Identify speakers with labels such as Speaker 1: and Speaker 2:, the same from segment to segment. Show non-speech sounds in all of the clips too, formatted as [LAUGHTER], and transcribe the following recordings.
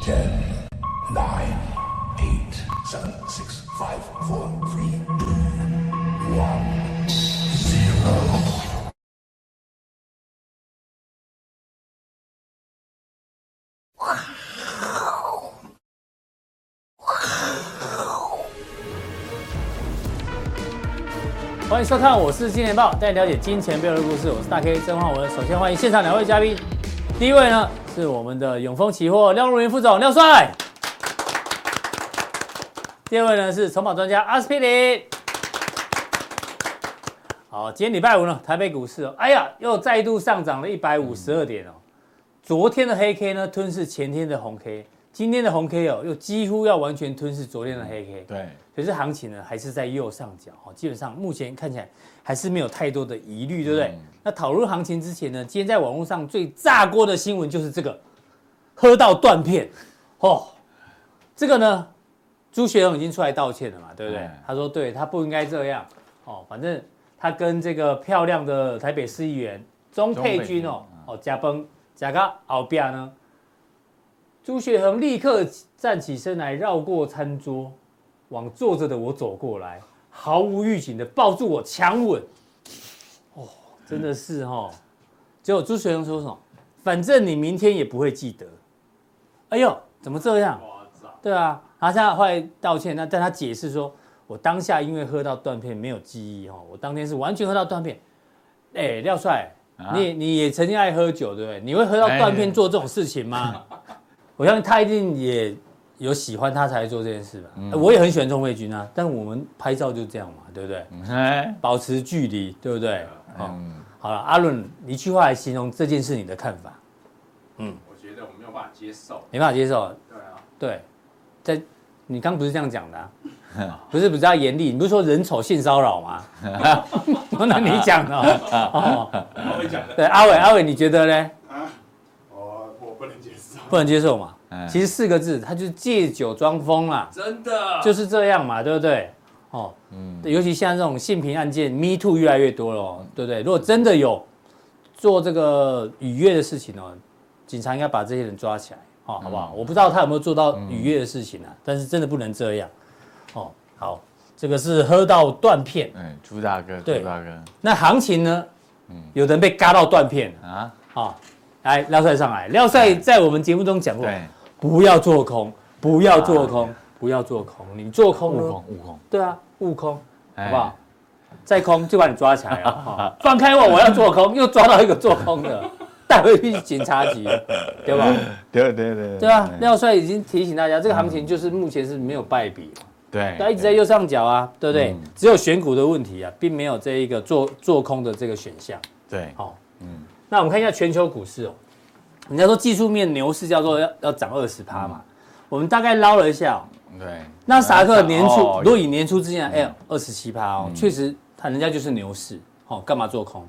Speaker 1: Ten, nine, eight, seven, six, five, four, three, two, one, zero.
Speaker 2: 欢迎收看，我是金钱豹，带你了解金钱背后的故事。我是大 K 曾焕文。首先欢迎现场两位嘉宾，第一位呢是我们的永丰期货廖如云副总廖帅，第二位呢是筹码专家阿司匹林。好，今天礼拜五呢，台北股市哦，哎呀，又再度上涨了一百五十二点哦。昨天的黑 K 呢吞噬前天的红 K，今天的红 K 哦又几乎要完全吞噬昨天的黑 K。
Speaker 3: 对，
Speaker 2: 可是行情呢还是在右上角哦，基本上目前看起来还是没有太多的疑虑，对不对？那讨论行情之前呢，今天在网络上最炸锅的新闻就是这个，喝到断片哦，这个呢，朱学龙已经出来道歉了嘛，对不对？
Speaker 3: 哎
Speaker 2: 他说对他不应该这样哦，反正他跟这个漂亮的台北市议员钟
Speaker 3: 钟
Speaker 2: 佩
Speaker 3: 佩
Speaker 2: 君
Speaker 3: 君
Speaker 2: 哦
Speaker 3: 嗯
Speaker 2: 哦加崩加个后边呢，朱学恒立刻站起身来，绕过餐桌，往坐着的我走过来，毫无预警的抱住我强吻。哦，真的是哦。结果朱学恒说什么？反正你明天也不会记得。哎呦，怎么这样？对啊，然后他后来道歉，那但他解释说，我当下因为喝到断片，没有记忆哦，我当天是完全喝到断片。哎，廖帅，
Speaker 3: 啊
Speaker 2: 你你也曾经爱喝酒，对不对？你会喝到断片
Speaker 3: 哎
Speaker 2: 做这种事情
Speaker 3: [LAUGHS]
Speaker 2: 吗？我相信他一定也有喜欢他才会做这件事吧。
Speaker 3: 嗯
Speaker 2: 我也很喜欢钟慧君啊，但我们拍照就这样嘛，对不对？
Speaker 3: 哎，
Speaker 2: 保持距离，对不对？好，
Speaker 3: 嗯，
Speaker 2: 好了，阿伦，一句话来形容这件事你的看法，
Speaker 4: 我觉得我没有办法接受。
Speaker 2: 没办法接受。
Speaker 4: 对啊，
Speaker 2: 对，在你刚不是这样讲的、啊，不是比较严厉，你不是说人丑性骚扰吗？ [LAUGHS] 那你讲的哦。哦
Speaker 4: 我会讲的。
Speaker 2: 对，阿伟，阿伟，你觉得呢？
Speaker 4: 我哦我不能接受，
Speaker 2: 不能接受嘛？
Speaker 3: 哎
Speaker 2: 其实四个字，他就是借酒装疯啦，
Speaker 4: 真的
Speaker 2: 就是是这样嘛，对不对？哦，尤其像这种性平案件，Me Too 越来越多了、哦，对不对？如果真的有做这个愉悦的事情哦，警察应该把这些人抓起来，哦，好不好？我不知道他有没有做到愉悦的事情啊，但是真的不能这样，哦，好，这个是喝到断片，
Speaker 3: 哎，朱大哥，
Speaker 2: 对
Speaker 3: 朱大哥
Speaker 2: 那行情呢？有人被嘎到断片了
Speaker 3: 啊，
Speaker 2: 啊！来，廖帅上来，廖帅在我们节目中讲过，
Speaker 3: 对，
Speaker 2: 不要做空，不要做空，不要做空，你做空
Speaker 3: 悟
Speaker 2: 呢
Speaker 3: 空，悟空，
Speaker 2: 对啊，悟空，好
Speaker 3: 哎
Speaker 2: 不好？再空就把你抓起来了，
Speaker 3: [LAUGHS]
Speaker 2: 哈放开我，我要做空，又抓到一个做空的，带回去警察局，对吧？
Speaker 3: 对对对，
Speaker 2: 对啊
Speaker 3: 哎，
Speaker 2: 廖帅已经提醒大家，这个行情就是目前是没有败笔，
Speaker 3: 对，
Speaker 2: 它一直在右上角啊，对不对
Speaker 3: 嗯？
Speaker 2: 只有选股的问题啊，并没有这一个做做空的这个选项。
Speaker 3: 对，
Speaker 2: 好，那我们看一下全球股市哦。人家说技术面牛市叫做要要涨二十趴嘛，我们大概捞了一下、哦，
Speaker 3: 对，
Speaker 2: 那萨克年初，
Speaker 3: 哦嗯
Speaker 2: 如果以年初之前，哎，二十七趴哦，确实，他人家就是牛市，哦，干嘛做空？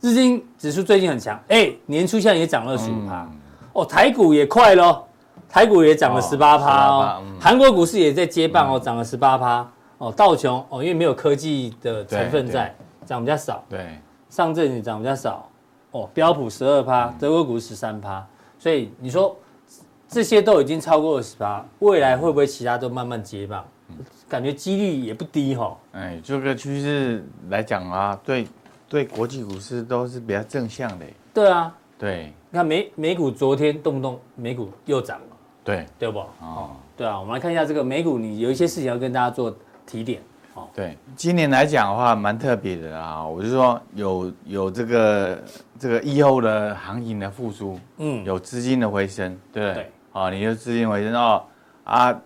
Speaker 2: 日经指数最近很强，哎，年初现在也涨了二十五趴，哦，台股也快咯，台股也涨了
Speaker 3: 嗯哦
Speaker 2: 十八趴哦
Speaker 3: 18%，嗯
Speaker 2: 韩国股市也在接棒哦，涨了十八趴，哦，道琼哦，因为没有科技的成分
Speaker 3: 对
Speaker 2: 在，涨比较少，
Speaker 3: 对，
Speaker 2: 上证也涨比较少，哦，标普十二趴，
Speaker 3: 嗯
Speaker 2: 德国股十三趴，所以你说这些都已经超过二十趴，未来会不会其他都慢慢接棒？感觉几率也不低哈。
Speaker 3: 哎，这个趋势来讲啊，对对，国际股市都是比较正向的，
Speaker 2: 对啊，
Speaker 3: 对
Speaker 2: 你看美美股昨天动不动美股又涨了，
Speaker 3: 对，
Speaker 2: 对不？
Speaker 3: 哦，
Speaker 2: 对啊，我们来看一下这个美股，你有一些事情要跟大家做提点哦。
Speaker 3: 对，今年来讲的话，蛮特别的啊，我就说有有这个这个疫后的行情的复苏，
Speaker 2: 嗯，
Speaker 3: 有资金的回升，对不对
Speaker 2: 对？
Speaker 3: 啊，你就资金回升哦，啊，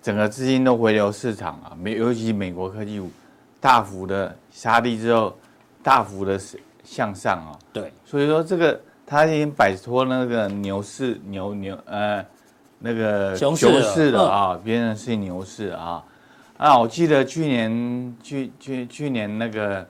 Speaker 3: 整个资金都回流市场啊，美尤其美国科技股大幅的杀低之后，大幅的向上啊，
Speaker 2: 对，
Speaker 3: 所以说这个它已经摆脱那个牛市牛牛呃那个
Speaker 2: 熊市了嗯
Speaker 3: 了啊，别人是牛市啊。啊，我记得去年去去去年那个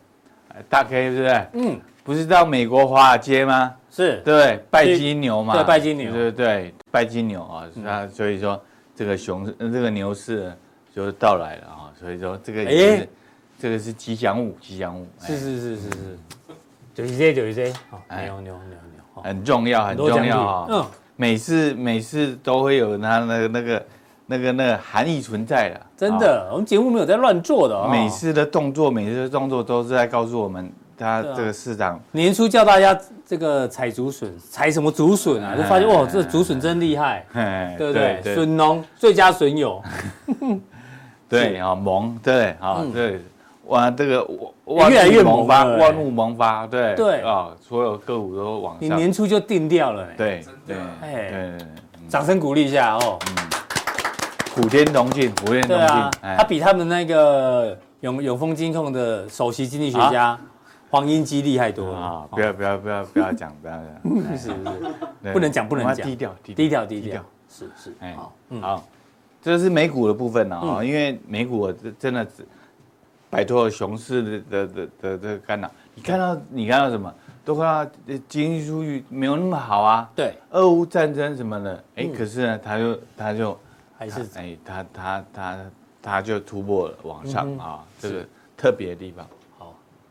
Speaker 3: 呃大 K 是不是？
Speaker 2: 嗯，
Speaker 3: 不是到美国华尔街吗？
Speaker 2: 是，
Speaker 3: 对，拜金牛嘛，
Speaker 2: 对拜金牛嗯
Speaker 3: 对对对，拜金牛啊，那所以说这个熊呃这个牛市就到来了啊，所以说这个也
Speaker 2: 哎
Speaker 3: 是这个是吉祥物，吉祥物哎
Speaker 2: 是是是是是，九十 J 九十 J，好，
Speaker 3: 哎
Speaker 2: 牛牛牛牛，哦
Speaker 3: 很重要，很
Speaker 2: 很多奖嗯
Speaker 3: 重
Speaker 2: 励
Speaker 3: 要啊。，每次每次都会有他那个那个那个那个含义存在的，
Speaker 2: 真的，我们节目没有在乱做的
Speaker 3: 啊、
Speaker 2: 哦。
Speaker 3: 每次的动作，每次的动作都是在告诉我们，他
Speaker 2: 对啊
Speaker 3: 这个市场
Speaker 2: 年初叫大家这个采竹笋，采什么竹笋啊？就发现
Speaker 3: 哎
Speaker 2: 哇，这竹笋真厉害，
Speaker 3: 哎，
Speaker 2: 对不对？
Speaker 3: 对
Speaker 2: 笋农最佳损
Speaker 3: [LAUGHS]
Speaker 2: 友，
Speaker 3: 对啊，萌对啊，对，哇，这个
Speaker 2: 哎嗯
Speaker 3: 万
Speaker 2: 越来越
Speaker 3: 物萌
Speaker 2: 萌
Speaker 3: 发，
Speaker 2: 了哎
Speaker 3: 万物萌发，对
Speaker 2: 对
Speaker 3: 啊，所有个股都往
Speaker 2: 你
Speaker 3: 上，
Speaker 2: 年初就定掉了呢。
Speaker 3: 对
Speaker 4: 真的
Speaker 3: 对
Speaker 2: 哎
Speaker 3: 对对，对
Speaker 2: 掌声鼓励一下哦。
Speaker 3: 嗯普天同庆，普天
Speaker 2: 对
Speaker 3: 同庆
Speaker 2: 啊，，
Speaker 3: 哎
Speaker 2: 他比他们那个永永丰金控的首席经济学家黄英基厉害多了
Speaker 3: 啊
Speaker 2: 啊，！
Speaker 3: 不要不要不要不要讲，不要讲，
Speaker 2: 是是是，
Speaker 3: 对
Speaker 2: [LAUGHS] 不能讲不能
Speaker 3: 我们要
Speaker 2: 讲
Speaker 3: 低调低
Speaker 2: 低调低调，是是
Speaker 3: 哎，
Speaker 2: 好
Speaker 3: 好，，这是美股的部分呢啊，
Speaker 2: 嗯
Speaker 3: 因为美股我真真的只摆脱了熊市的的的的这个干扰。你看到你看到什么？都看到呃经济数据没有那么好啊，
Speaker 2: 对，
Speaker 3: 俄乌战争什么的，哎，可是呢，它就它就
Speaker 2: 还是
Speaker 3: 它哎，它它它它就突破了往上啊，
Speaker 2: 嗯
Speaker 3: 这个特别的地方。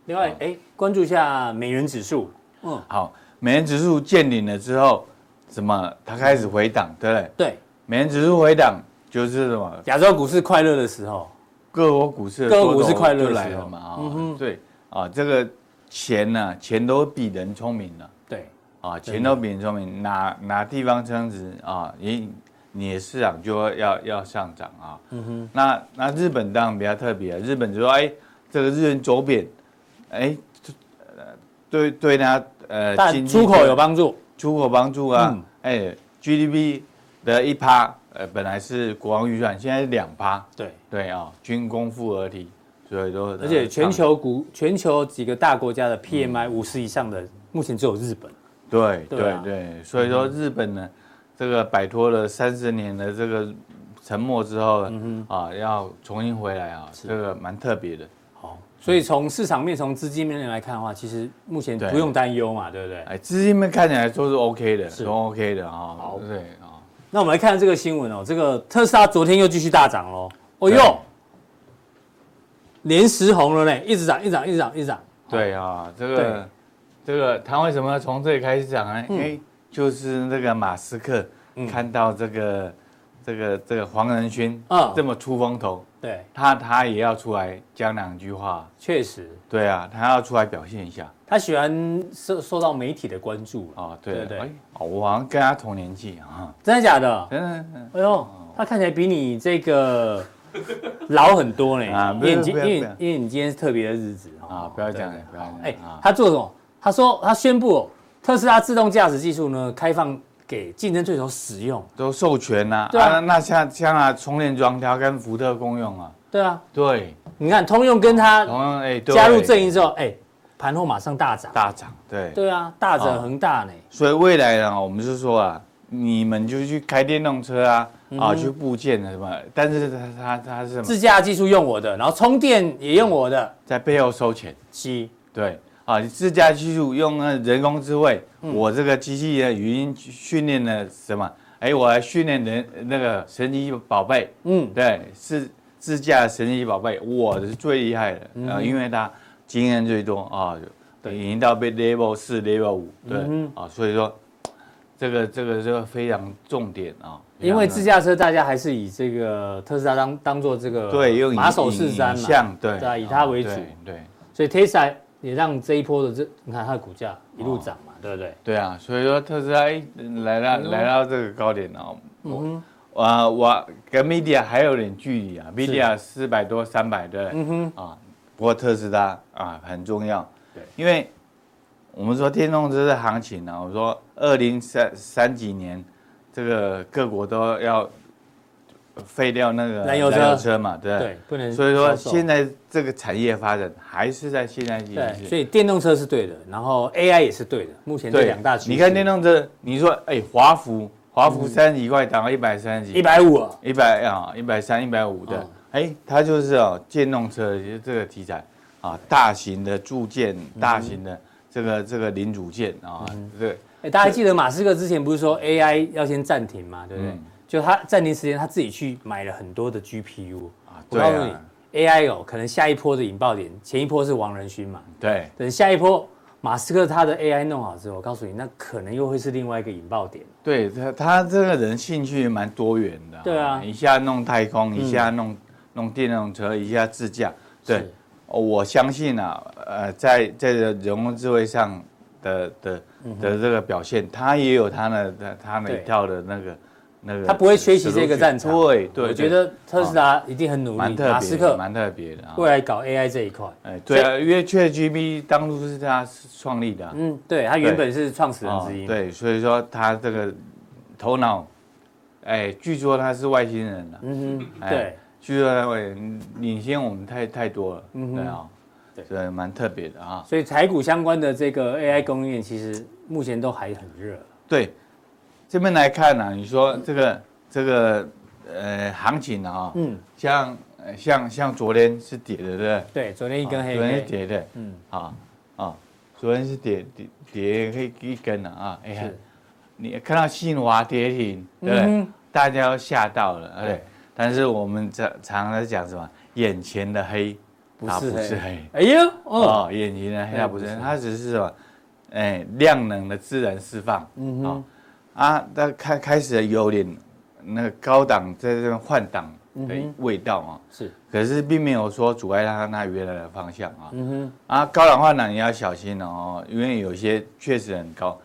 Speaker 2: 另
Speaker 3: 哦
Speaker 2: 外哎，关注一下美元指数，嗯，
Speaker 3: 好，美元指数见顶了之后，什么？它开始回档，对不对？
Speaker 2: 对，
Speaker 3: 美元指数回档就是什么？
Speaker 2: 亚洲股市快乐的时候，
Speaker 3: 各国股市的
Speaker 2: 各国股市
Speaker 3: 多头
Speaker 2: 快乐的
Speaker 3: 就来
Speaker 2: 时候
Speaker 3: 了嘛啊、
Speaker 2: 嗯哼
Speaker 3: 对啊，这个钱呢、钱都比人聪明了
Speaker 2: 对，
Speaker 3: 啊，
Speaker 2: 真
Speaker 3: 钱
Speaker 2: 的
Speaker 3: 都比人聪明，哪哪地方升值啊，你你的市场就会要要上涨啊。嗯哼，那那日本当然比较特别，日本就说哎，这个日元走贬，哎，这呃对对它呃，
Speaker 2: 但
Speaker 3: 经济
Speaker 2: 出口有帮助，
Speaker 3: 出口帮助啊
Speaker 2: 嗯，
Speaker 3: 哎、g d p 的一趴，呃，本来是国王预算，现在是两趴。
Speaker 2: 对，
Speaker 3: 对啊、军工复合体，所以都
Speaker 2: 而且全球股全球几个大国家的
Speaker 3: 嗯
Speaker 2: PMI 五十以上的，目前只有日本，
Speaker 3: 对
Speaker 2: 对啊
Speaker 3: 对对，所以说日本呢，这个摆脱了三十年的这个沉默之后，
Speaker 2: 嗯
Speaker 3: 啊，要重新回来啊，这个蛮特别的。
Speaker 2: 好，所以从市场面、从资金面来看的话，其实目前
Speaker 3: 嗯对
Speaker 2: 不用担忧嘛，对不对？
Speaker 3: 哎，资金面看起来都是 OK 的，
Speaker 2: 是
Speaker 3: 都 OK 的啊。
Speaker 2: 好
Speaker 3: 对啊，
Speaker 2: 那我们来看这个新闻哦，这个特斯拉昨天又继续大涨喽，哦
Speaker 3: 对
Speaker 2: 哟，连十红了呢，一直涨，一直涨，一直涨，一直涨，
Speaker 3: 对啊，这
Speaker 2: 对嗯
Speaker 3: 个这个他为什么要从这里开始讲呢？哎，就是那个马斯克看到这个这个这个黄仁勋
Speaker 2: 嗯
Speaker 3: 这么出风头，
Speaker 2: 对，
Speaker 3: 他他也要出来讲两句话，
Speaker 2: 确实，
Speaker 3: 对啊，他要出来表现一下
Speaker 2: 他喜欢受受到媒体的关注了，
Speaker 3: 啊，对
Speaker 2: 对
Speaker 3: 啊
Speaker 2: 对
Speaker 3: 哎哦我好像跟他同年纪啊，
Speaker 2: 真的假的？
Speaker 3: 真的哦
Speaker 2: 哎呦，他看起来比你这个老很多呢，
Speaker 3: 啊
Speaker 2: 因
Speaker 3: 不
Speaker 2: 为
Speaker 3: 要
Speaker 2: 你今因
Speaker 3: 不要
Speaker 2: 为
Speaker 3: 不要
Speaker 2: 因为你今天是特别的日子哦
Speaker 3: 啊，不要讲了，不要讲了，
Speaker 2: 哎、
Speaker 3: 啊
Speaker 2: 他做什么？他说他宣布、哦、特斯拉自动驾驶技术呢开放给竞争对手使用。
Speaker 3: 都授权啦，
Speaker 2: 对啊
Speaker 3: 啊，那像像啊充电桩，它跟福特共用啊，
Speaker 2: 对啊，
Speaker 3: 对，
Speaker 2: 你看通用跟他
Speaker 3: 同样哎，对
Speaker 2: 加入阵营之后，哎、盘后马上大涨。
Speaker 3: 大涨，对，
Speaker 2: 对啊，大
Speaker 3: 啊
Speaker 2: 涨恒大呢。
Speaker 3: 所以未来呢，我们就说啊，你们就去开电动车啊，啊，去部件啊什么，但是他他他是什么，
Speaker 2: 嗯自驾技术用我的，然后充电也用我的。
Speaker 3: 在背后收钱。
Speaker 2: 七，
Speaker 3: 对啊，自家技术用那人工智慧，
Speaker 2: 嗯
Speaker 3: 我这个机器人语音训练了什么？哎，我还训练人那个神奇宝贝，
Speaker 2: 嗯，
Speaker 3: 对，是自家的神奇宝贝，我是最厉害的，
Speaker 2: 嗯
Speaker 3: 啊，因为它经验最多啊，已经到被 level 四、level 五，对
Speaker 2: 嗯
Speaker 3: 啊，所以说这个这个是非常重点啊，
Speaker 2: 因为
Speaker 3: 非常
Speaker 2: 自驾车大家还是以这个特斯拉当当做这个
Speaker 3: 对用影
Speaker 2: 马首是瞻
Speaker 3: 影
Speaker 2: 嘛，
Speaker 3: 像对
Speaker 2: 对啊以它为主
Speaker 3: 对对。
Speaker 2: 所以 Tesla 也让这一波的这，你看它的股价一路涨嘛，对不对？
Speaker 3: 对啊，所以说特斯拉哎来到、
Speaker 2: 嗯
Speaker 3: 来到这个高点哦，我啊我跟 Media 还有点距离啊，Media 四百多三百对不对？嗯哼啊，不过特斯拉啊很重要，
Speaker 2: 对
Speaker 3: 因为我们说电动车的行情呢、我说二零三三几年这个各国都要废掉那个
Speaker 2: 燃油车
Speaker 3: 嘛，对不
Speaker 2: 对，不能
Speaker 3: 所以说
Speaker 2: 销售
Speaker 3: 现在这个产业发展还是在现在经济
Speaker 2: 对，所以电动车是对的，然后 AI 也是对的，目前这
Speaker 3: 对，
Speaker 2: 两大趋势。嗯
Speaker 3: 你看电动车，你说哎，华孚，华孚三十几块涨到一百三十
Speaker 2: 一
Speaker 3: 几，
Speaker 2: 百五，
Speaker 3: 一百啊，一百三、一百五的
Speaker 2: 嗯，
Speaker 3: 哎，它就是哦，电动车就是这个题材啊，大型的铸件，大
Speaker 2: 嗯
Speaker 3: 型的这个这个零组件啊，这个
Speaker 2: 哎，大家还记得马斯克之前不是说 AI 要先暂停嘛，对不对？
Speaker 3: 嗯
Speaker 2: 就他暂停时间，他自己去买了很多的 GPU。
Speaker 3: 啊，
Speaker 2: 我
Speaker 3: 对
Speaker 2: 告诉你
Speaker 3: 啊，
Speaker 2: ，AI 哦，可能下一波的引爆点，前一波是王仁勋嘛，
Speaker 3: 对
Speaker 2: 等下一波马斯克他的 AI 弄好之后，我告诉你，那可能又会是另外一个引爆点。
Speaker 3: 对他，他这个人兴趣也蛮多元的、
Speaker 2: 对啊嗯
Speaker 3: 一下弄太空，一下弄、弄电动车，一下自驾。对
Speaker 2: 是，
Speaker 3: 哦我相信啊，呃，在在这人工智慧上的的的这个表现，他也有他的他他
Speaker 2: 嗯
Speaker 3: 那
Speaker 2: 对
Speaker 3: 一套的那个那个，
Speaker 2: 他不会缺席这个战场。
Speaker 3: 对对，
Speaker 2: 我
Speaker 3: 对
Speaker 2: 觉得特斯拉一定很努
Speaker 3: 蛮
Speaker 2: 力，
Speaker 3: 特
Speaker 2: 马
Speaker 3: 别
Speaker 2: 斯
Speaker 3: 的，
Speaker 2: 克
Speaker 3: 蛮特别的啊。
Speaker 2: 未来搞 AI 这一块。
Speaker 3: 哎，对啊，因为 ChatGPT 当初是他创立的啊、
Speaker 2: 嗯，对，他原本是创始人之一。
Speaker 3: 哦。对，所以说他这个头脑，哎，据说他是外星人了、
Speaker 2: 嗯哼，
Speaker 3: 哎
Speaker 2: 对，
Speaker 3: 据说他会领先我们太太多了，对啊，
Speaker 2: 嗯对
Speaker 3: 所以蛮特别的啊。
Speaker 2: 所以台股相关的这个 AI 供应链，其实目前都还很热。
Speaker 3: 对，这边来看呢、啊，你说这个这个呃行情啊，
Speaker 2: 嗯，
Speaker 3: 像呃像像昨天是跌的，对不对？
Speaker 2: 对，昨天一根黑
Speaker 3: 啊昨天是
Speaker 2: K，
Speaker 3: 跌的，
Speaker 2: 嗯
Speaker 3: 嗯，啊啊，昨天是跌跌跌黑一根了啊，哎呀
Speaker 2: 是，
Speaker 3: 你看到信华跌停，对不
Speaker 2: 嗯
Speaker 3: 对
Speaker 2: 哼？
Speaker 3: 大家都吓到了，对不
Speaker 2: 对
Speaker 3: 对。但是我们常常在讲什么？眼前的黑，
Speaker 2: 不
Speaker 3: 它
Speaker 2: 是
Speaker 3: 不是黑，
Speaker 2: 哎呦，哦，
Speaker 3: 哦，眼前的黑它不是
Speaker 2: 哎
Speaker 3: 黑，
Speaker 2: 不是
Speaker 3: 它只是什么？哎，量能的自然释放，嗯哼，啊，它开开始有点那个高档在这边换挡
Speaker 2: 嗯
Speaker 3: 的味道啊，
Speaker 2: 是，
Speaker 3: 可是并没有说阻碍它那原来的方向啊。
Speaker 2: 嗯哼，
Speaker 3: 啊，高氧化钠你要小心哦，因为有些确实很高，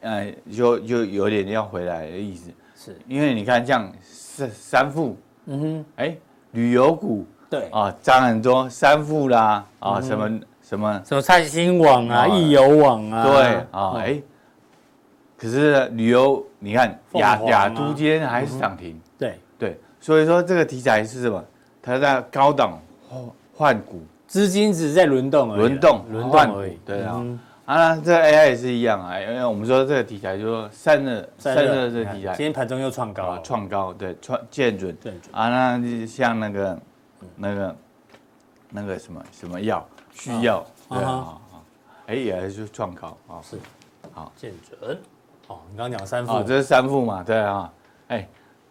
Speaker 3: 呃，就就有点要回来的意思。
Speaker 2: 是，
Speaker 3: 因为你看像三三富，
Speaker 2: 嗯哼，
Speaker 3: 哎，旅游股
Speaker 2: 对，
Speaker 3: 啊涨很多，三富啦啊、
Speaker 2: 嗯
Speaker 3: 什么什么，
Speaker 2: 什么灿星网啊、
Speaker 3: 啊
Speaker 2: 易游网啊，
Speaker 3: 对啊
Speaker 2: 哦
Speaker 3: 哎，可是旅游你看雅
Speaker 2: 凤凰啊
Speaker 3: 雅都今天还是涨停，
Speaker 2: 对，
Speaker 3: 对，所以说这个题材是什么？它在高档换换股，
Speaker 2: 资金只是在轮动而已啦，
Speaker 3: 轮动
Speaker 2: 轮
Speaker 3: 换
Speaker 2: 动而
Speaker 3: 股
Speaker 2: 已，
Speaker 3: 对啊。
Speaker 2: 嗯
Speaker 3: 啊，这 AI 也是一样啊，因为我们说这个题材就是说散热，散热这个
Speaker 2: 你哎看
Speaker 3: 题
Speaker 2: 今
Speaker 3: 材
Speaker 2: 天盘中又创高
Speaker 3: 啊
Speaker 2: 了，，
Speaker 3: 创高对创见准
Speaker 2: 对，
Speaker 3: 啊，那像那个那个那个什么什么药需药对啊
Speaker 2: 啊
Speaker 3: 啊，啊哎也是创高啊，
Speaker 2: 是见准。哦，你刚刚讲三
Speaker 3: 啊
Speaker 2: 副，
Speaker 3: 这是三副嘛，对啊，哎
Speaker 2: 哎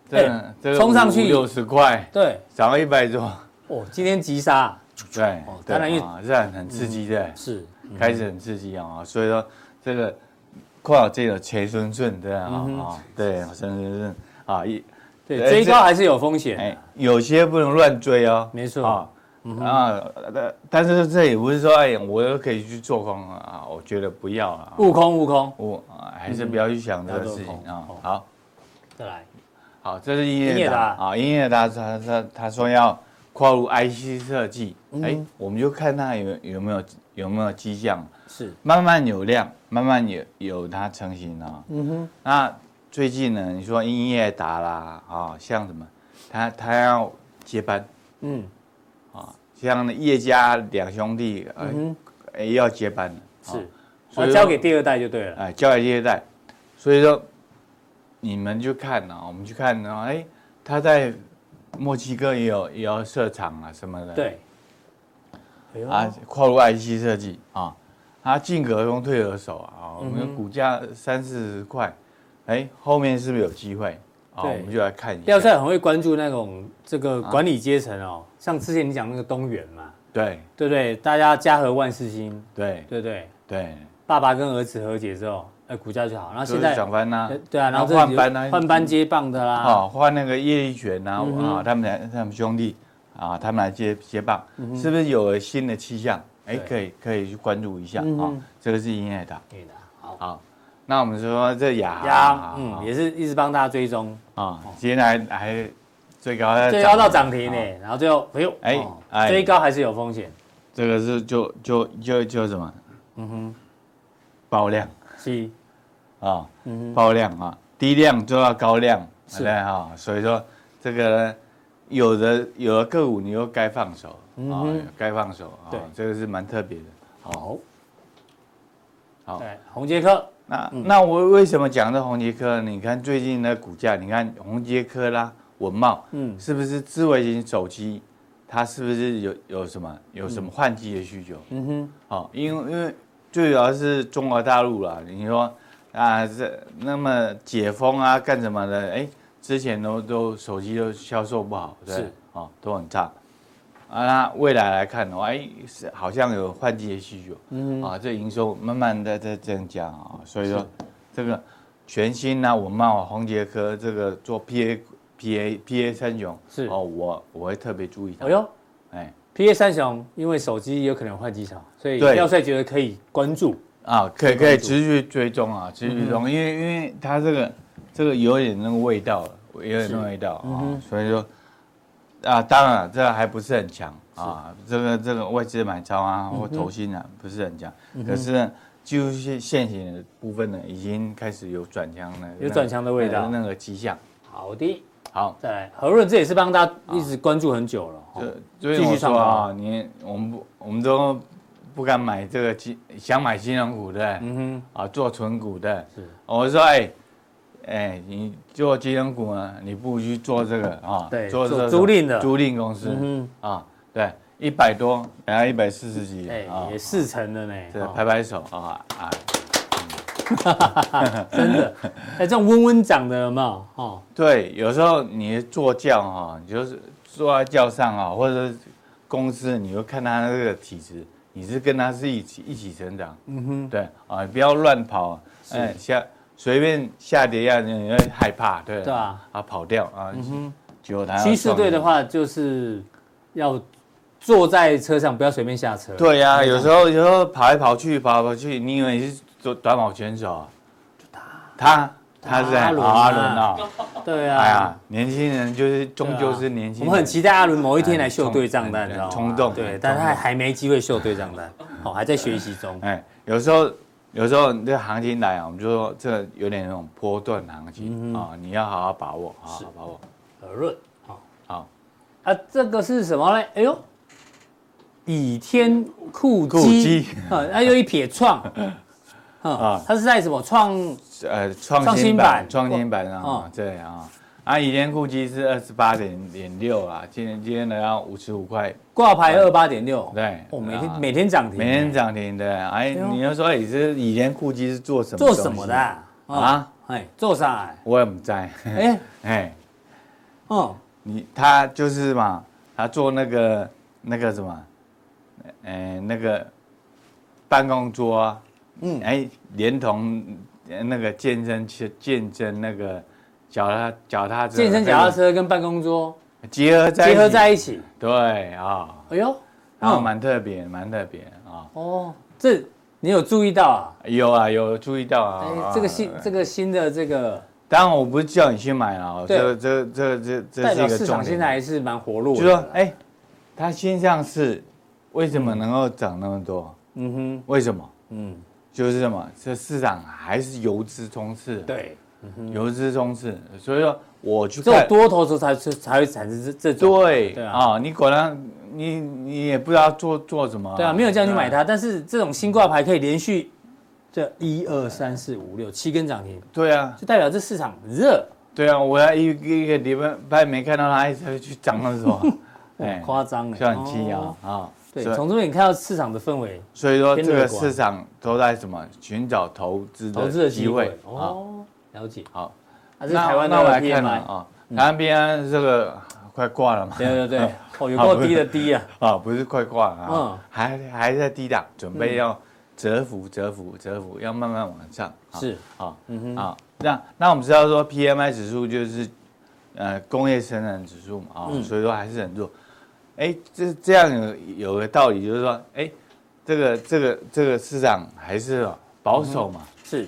Speaker 3: 这这
Speaker 2: 冲上去
Speaker 3: 六十块
Speaker 2: 对，
Speaker 3: 涨了一百多，
Speaker 2: 哦，今天急杀
Speaker 3: 对
Speaker 2: 哦，
Speaker 3: 对
Speaker 2: 当然因为嗯
Speaker 3: 啊这很很刺激的，
Speaker 2: 是
Speaker 3: 开始很刺激啊，所以说这个括号这个钱孙顺对啊
Speaker 2: 嗯
Speaker 3: 啊，对钱孙顺啊一
Speaker 2: 对
Speaker 3: 哎
Speaker 2: 追
Speaker 3: 这
Speaker 2: 高还是有风险
Speaker 3: 哎
Speaker 2: 的，
Speaker 3: 有些不能乱追哦，
Speaker 2: 啊没错嗯
Speaker 3: 啊啊，但但是这也不是说哎我都可以去做空啊，我觉得不要了啊，
Speaker 2: 悟空悟空，
Speaker 3: 我啊还是不要去想这个
Speaker 2: 嗯不要做
Speaker 3: 事情
Speaker 2: 空
Speaker 3: 啊
Speaker 2: 哦，
Speaker 3: 好。
Speaker 2: 再来
Speaker 3: 好，这是英
Speaker 2: 英业
Speaker 3: 业达
Speaker 2: 达
Speaker 3: 啊，英业达他他他说要跨入 IC 设计，哎、我们就看它有有没有有没有迹象，
Speaker 2: 是
Speaker 3: 慢慢有量，慢慢有有它成型了、嗯哼，那最近呢，你说英业达啦，啊、像什么，他他要接班，
Speaker 2: 嗯
Speaker 3: 啊、像那叶家两兄弟，呃
Speaker 2: 嗯
Speaker 3: 哎要接班了，
Speaker 2: 是，
Speaker 3: 啊所
Speaker 2: 我
Speaker 3: 以
Speaker 2: 交
Speaker 3: 说
Speaker 2: 给第二代就对了，
Speaker 3: 哎，交给第二代。所以说，你们就看啊，我们去看啊，哎，他在墨西哥也有也要设厂啊什么的，，
Speaker 2: 对，哎呦
Speaker 3: 啊，跨入 IC 设计啊，他进可攻退可守啊，我们股价三四十块，哎，后面是不是有机会啊？
Speaker 2: 对
Speaker 3: 我们就来看一
Speaker 2: 廖
Speaker 3: 下，
Speaker 2: 帅很会关注那种这个
Speaker 3: 啊
Speaker 2: 管理阶层哦，像之前你讲那个东元嘛，
Speaker 3: 对
Speaker 2: 对不对？大家家和万事兴，
Speaker 3: 对
Speaker 2: 对不对？
Speaker 3: 对，
Speaker 2: 爸爸跟儿子和解之后，哎，股价就好。然后现
Speaker 3: 就是
Speaker 2: 在
Speaker 3: 涨翻啦
Speaker 2: 呃，对啊，然后这
Speaker 3: 换
Speaker 2: 里
Speaker 3: 班啊，
Speaker 2: 换班接棒的啦，
Speaker 3: 啊，换那个叶利权啊，
Speaker 2: 嗯
Speaker 3: 啊，他们俩他们兄弟啊，他们来接接棒，是不是有了新的气象？哎，
Speaker 2: 嗯对
Speaker 3: 可以可以去关注一下
Speaker 2: 嗯
Speaker 3: 啊
Speaker 2: 哼，
Speaker 3: 这个是英业达。
Speaker 2: 对的，好。
Speaker 3: 好，那我们说这雅
Speaker 2: 呀，嗯，
Speaker 3: 嗯
Speaker 2: 也是一直帮大家追踪，
Speaker 3: 啊，今天还还最高在
Speaker 2: 最高到涨
Speaker 3: 啊
Speaker 2: 停呢，然后最后哎呦，
Speaker 3: 哎
Speaker 2: 哦
Speaker 3: 哎
Speaker 2: 追高还是有风险，
Speaker 3: 这个是就就就就什么？嗯哼，爆量
Speaker 2: 是，
Speaker 3: 啊，爆量啊，低量做到高量，
Speaker 2: 嗯是
Speaker 3: 对啊，所以说这个呢有的有的个股你又该放手啊，该放手啊
Speaker 2: 嗯对，
Speaker 3: 这个是蛮特别的。
Speaker 2: 好，
Speaker 3: 好
Speaker 2: 对，红杰克
Speaker 3: 那那我为什么讲这红杰科？你看最近的股价，你看红杰科啦、文茂，
Speaker 2: 嗯
Speaker 3: 嗯，是不是智慧型手机？它是不是有有什么有什么换机的需求？嗯哼，好，因为因为最主要是中国大陆啦，你说啊这那么解封啊干什么的？哎，之前都都手机都销售不好，对不对
Speaker 2: 是，
Speaker 3: 哦都很差。啊，那未来来看的话，哎，是好像有换季的需求，嗯啊，这营收慢慢的在增加啊，所以说这个全新呢、我漫华、红杰科这个做 PA PA PA 三雄
Speaker 2: 是
Speaker 3: 哦，我我会特别注意它。
Speaker 2: 哎呦
Speaker 3: 哎
Speaker 2: ，P A 三雄因为手机有可能换机场，所以
Speaker 3: 对
Speaker 2: 廖帅觉得可以关注。嗯
Speaker 3: 啊，可以可以持续追踪啊，持续追踪，因为因为它这个这个有点那个味道了，有点那个味道啊，
Speaker 2: 嗯
Speaker 3: 所以说啊，当然了这个还不是很强啊，这个这个外资买超
Speaker 2: 嗯
Speaker 3: 啊或投信啊不是很强，可是呢，就是现行的部分呢，已经开始有转强了，
Speaker 2: 有转强的味道
Speaker 3: 那个那个迹象。
Speaker 2: 好的，
Speaker 3: 好，
Speaker 2: 再来何润，这也是帮大家
Speaker 3: 啊
Speaker 2: 一直关注很久了。哦
Speaker 3: 就
Speaker 2: 继
Speaker 3: 就
Speaker 2: 续
Speaker 3: 我
Speaker 2: 上
Speaker 3: 说啊，
Speaker 2: 涨
Speaker 3: 你我们不我们都不敢买这个金，想买金融股的，嗯哼，啊，做纯股的，
Speaker 2: 是
Speaker 3: 我说哎。哎，你做金融股呢，你不如去做这个啊，
Speaker 2: 对
Speaker 3: 做
Speaker 2: 做
Speaker 3: 这
Speaker 2: 租
Speaker 3: 种
Speaker 2: 赁的
Speaker 3: 租赁公司
Speaker 2: 嗯
Speaker 3: 啊，对，一百多，然后一百四十几
Speaker 2: 哎
Speaker 3: 啊，，
Speaker 2: 也四成了呢，
Speaker 3: 这
Speaker 2: 哦
Speaker 3: 拍拍手啊啊，
Speaker 2: 真的。哎，这种温温涨的有没有？哦，
Speaker 3: 对，有时候你坐轿哈，你就是坐在轿上啊，或者是公司，你就看他这个体质，你是跟他是一起一起成长，嗯哼，对啊，不要乱跑，哎，下随便下跌一下，你会害怕，对，
Speaker 2: 对啊，
Speaker 3: 啊跑掉啊，嗯哼，结果他要
Speaker 2: 趋势
Speaker 3: 创业
Speaker 2: 对的，话，就是要坐在车上，不要随便下车。
Speaker 3: 对呀、有时候有时候跑来跑去，跑来跑去，你以为你是短短跑选手啊？他他是
Speaker 2: 阿
Speaker 3: 在
Speaker 2: 伦
Speaker 3: 啊
Speaker 2: 啊
Speaker 3: 阿伦啊，
Speaker 2: 对
Speaker 3: 哎呀
Speaker 2: 啊，，
Speaker 3: 年轻人就是终究是年轻
Speaker 2: 我
Speaker 3: 人，
Speaker 2: 们很期待阿伦某一天来秀对账单，
Speaker 3: 哎
Speaker 2: 你知道吗？
Speaker 3: 冲动
Speaker 2: 对
Speaker 3: 哎，
Speaker 2: 但他
Speaker 3: 冲动
Speaker 2: 还没机会秀对账单，哦，还在学习中。
Speaker 3: 哎，有时候有时候这个行情来啊，我们就说这有点那种波段
Speaker 2: 嗯
Speaker 3: 行情啊、你要好好把握，好好把握。
Speaker 2: 何润，好
Speaker 3: 好，
Speaker 2: 啊，这个是什么呢？哎呦，倚天酷
Speaker 3: 酷
Speaker 2: 鸡
Speaker 3: 鸡
Speaker 2: 啊，那又一撇
Speaker 3: [LAUGHS]
Speaker 2: 创，啊
Speaker 3: 啊，
Speaker 2: 它是在什么创？
Speaker 3: 呃，创
Speaker 2: 创新
Speaker 3: 新
Speaker 2: 版
Speaker 3: 版，创新版啊，
Speaker 2: 哦
Speaker 3: 对啊。啊，以前估计是二十八点点六啊，今天今天来到五十五块，
Speaker 2: 挂牌二八点六，
Speaker 3: 对
Speaker 2: 哦，每
Speaker 3: 啊
Speaker 2: 天每天涨停，
Speaker 3: 每天涨停的。哎，
Speaker 2: 呦
Speaker 3: 你要说哎，这以前估计是做什么
Speaker 2: 做
Speaker 3: 东西？
Speaker 2: 什么的啊？哦
Speaker 3: 啊？
Speaker 2: 哎，做啥啊？
Speaker 3: 我也不知道。
Speaker 2: 哎，
Speaker 3: [LAUGHS] 哎，
Speaker 2: 哦，
Speaker 3: 你他就是嘛，他做那个那个什么，哎，那个办公桌啊，嗯，哎，连同呃那个健身器健身那个脚踏脚踏车，
Speaker 2: 健身脚踏车跟办公桌
Speaker 3: 结合在一
Speaker 2: 结
Speaker 3: 起
Speaker 2: 合在一起，
Speaker 3: 对啊，
Speaker 2: 哎呦，
Speaker 3: 然后
Speaker 2: 嗯
Speaker 3: 蛮特别，蛮特别啊，
Speaker 2: 哦，这你有注意到啊？
Speaker 3: 有啊，有注意到啊
Speaker 2: 哎，，
Speaker 3: 啊
Speaker 2: 这个新这个新的这个
Speaker 3: 当然我不是叫你去买啊，
Speaker 2: 对
Speaker 3: 这个这个这个这个这
Speaker 2: 代
Speaker 3: 是一
Speaker 2: 表
Speaker 3: 个
Speaker 2: 市
Speaker 3: 重
Speaker 2: 场现
Speaker 3: 点
Speaker 2: 在，
Speaker 3: 啊
Speaker 2: 还是蛮活络
Speaker 3: 就
Speaker 2: 的
Speaker 3: 说
Speaker 2: 啦，
Speaker 3: 哎，它新上市为什么能够涨那么多？
Speaker 2: 嗯哼，
Speaker 3: 为什么？
Speaker 2: 嗯，
Speaker 3: 就是什么？这市场还是游资充斥，，
Speaker 2: 对，嗯
Speaker 3: 游资充斥，所以说我去
Speaker 2: 只有
Speaker 3: 看，
Speaker 2: 多头的时候才是才会产生这这种，
Speaker 3: 对，
Speaker 2: 对啊
Speaker 3: 啊，你果然你你也不知道做做什么，
Speaker 2: 对啊，没有叫你
Speaker 3: 对
Speaker 2: 买，它，但是这种新挂牌可以连续这一二三四五六七根涨停，
Speaker 3: 对啊，
Speaker 2: 就代表这市场很热，
Speaker 3: 对啊，我要一个一个礼拜没看到它，一直去涨了
Speaker 2: [LAUGHS]
Speaker 3: 什么，哎
Speaker 2: 夸张哎，
Speaker 3: 就很气
Speaker 2: 哦
Speaker 3: 啊啊，
Speaker 2: 对，
Speaker 3: 所以
Speaker 2: 从这边你看到市场的氛围，
Speaker 3: 所以说这
Speaker 2: 偏乐
Speaker 3: 个
Speaker 2: 观
Speaker 3: 市场都在什么寻找投资
Speaker 2: 投资的
Speaker 3: 的
Speaker 2: 机
Speaker 3: 机
Speaker 2: 会
Speaker 3: 会啊，
Speaker 2: 哦，了解，
Speaker 3: 好，
Speaker 2: 还是台湾的
Speaker 3: 那我来看
Speaker 2: PMI，
Speaker 3: 啊，啊台湾 PMI 这个快挂了嘛，
Speaker 2: 对对对，哦，有
Speaker 3: 嗯 [LAUGHS] 好
Speaker 2: 够
Speaker 3: 不是
Speaker 2: 低的低啊，
Speaker 3: [LAUGHS] 啊，不是快挂啊，
Speaker 2: 嗯
Speaker 3: 还还在低档，准备要折服、折服、折服，要慢慢往上。啊
Speaker 2: 是，
Speaker 3: 啊，嗯哼，啊，那那我们知道说 PMI 指数就是呃工业生产指数嘛，啊、
Speaker 2: 嗯
Speaker 3: 所以说还是很弱。哎，这这样有有个道理，就是说，哎，这个这个这个市场还是哦保守嘛，
Speaker 2: 是，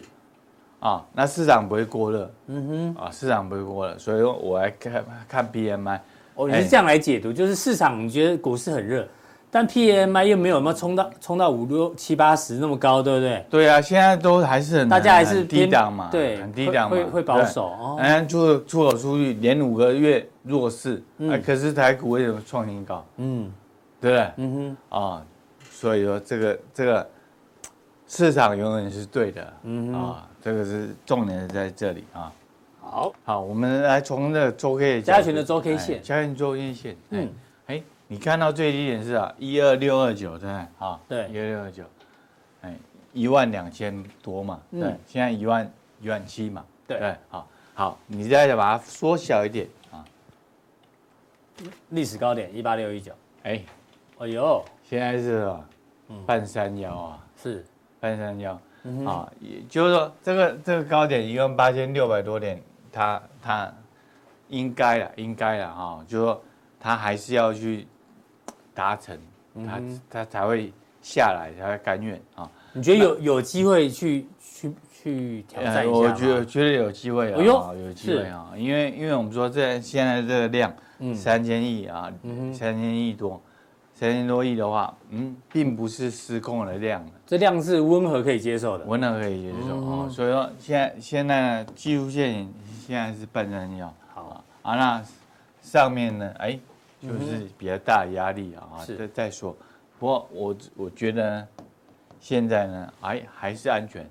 Speaker 3: 啊，那市场不会过热，嗯哼，啊，市场不会过热，所以说我来看看 PMI，
Speaker 2: 哦，你是
Speaker 3: 哎
Speaker 2: 这样来解读，就是市场你觉得股市很热，但 PMI 又没有有没有冲到冲到五六七八十那么高，对不对？
Speaker 3: 对啊，现在都还是很
Speaker 2: 大家还是
Speaker 3: 很低
Speaker 2: 偏
Speaker 3: 档嘛，
Speaker 2: 对
Speaker 3: 很低档嘛，
Speaker 2: 会会会保守哦
Speaker 3: 哎，出出口数据连五个月弱势，哎，可是台股为什么创新高？
Speaker 2: 嗯
Speaker 3: 对不对？
Speaker 2: 嗯
Speaker 3: 啊，所以说这个这个市场永远是对的，
Speaker 2: 嗯
Speaker 3: 啊，这个是重点是在这里啊。
Speaker 2: 哼，好，
Speaker 3: 好，我们来从那个周 K 的角
Speaker 2: 加
Speaker 3: 度
Speaker 2: 权的周 K
Speaker 3: 哎
Speaker 2: 线
Speaker 3: 加权周 K 线，嗯
Speaker 2: 嗯，
Speaker 3: 哎，你看到最低点是啊，一二六二九，对不对？啊，
Speaker 2: 对
Speaker 3: 一二六二九，哎，一万两千多嘛，对
Speaker 2: 嗯，
Speaker 3: 现在一万一万七嘛，
Speaker 2: 对
Speaker 3: 不，好，好，你再把它缩小一点啊，
Speaker 2: 历史高点一八六一九，
Speaker 3: 哎，
Speaker 2: 哎呦，
Speaker 3: 现在是啊
Speaker 2: 嗯
Speaker 3: 半山腰啊，
Speaker 2: 是
Speaker 3: 半山腰
Speaker 2: 嗯
Speaker 3: 啊，也就是说这个这个高点一万八千六百多点，它它应该啦，应该啦哈，就说它还是要去达成，它
Speaker 2: 嗯
Speaker 3: 它才会下来，才会甘愿啊。
Speaker 2: 你觉得有有机会去去去挑战一下吗？
Speaker 3: 哎我觉得觉得有机会啊，
Speaker 2: 哎呦
Speaker 3: 有机会啊，因为因为我们说这现在这个量
Speaker 2: 嗯
Speaker 3: 三千亿啊，三千亿多，三千多亿的话，嗯，并不是失控的量，
Speaker 2: 这量是温和可以接受的。
Speaker 3: 我能可以接
Speaker 2: 嗯
Speaker 3: 受哦。所以说现在现在技术线现在是半山腰，
Speaker 2: 好，嗯
Speaker 3: 啊，那上面呢，哎，就是比较大的压力啊，
Speaker 2: 是
Speaker 3: 再再说。不过我我觉得呢现在呢，哎，还是安全，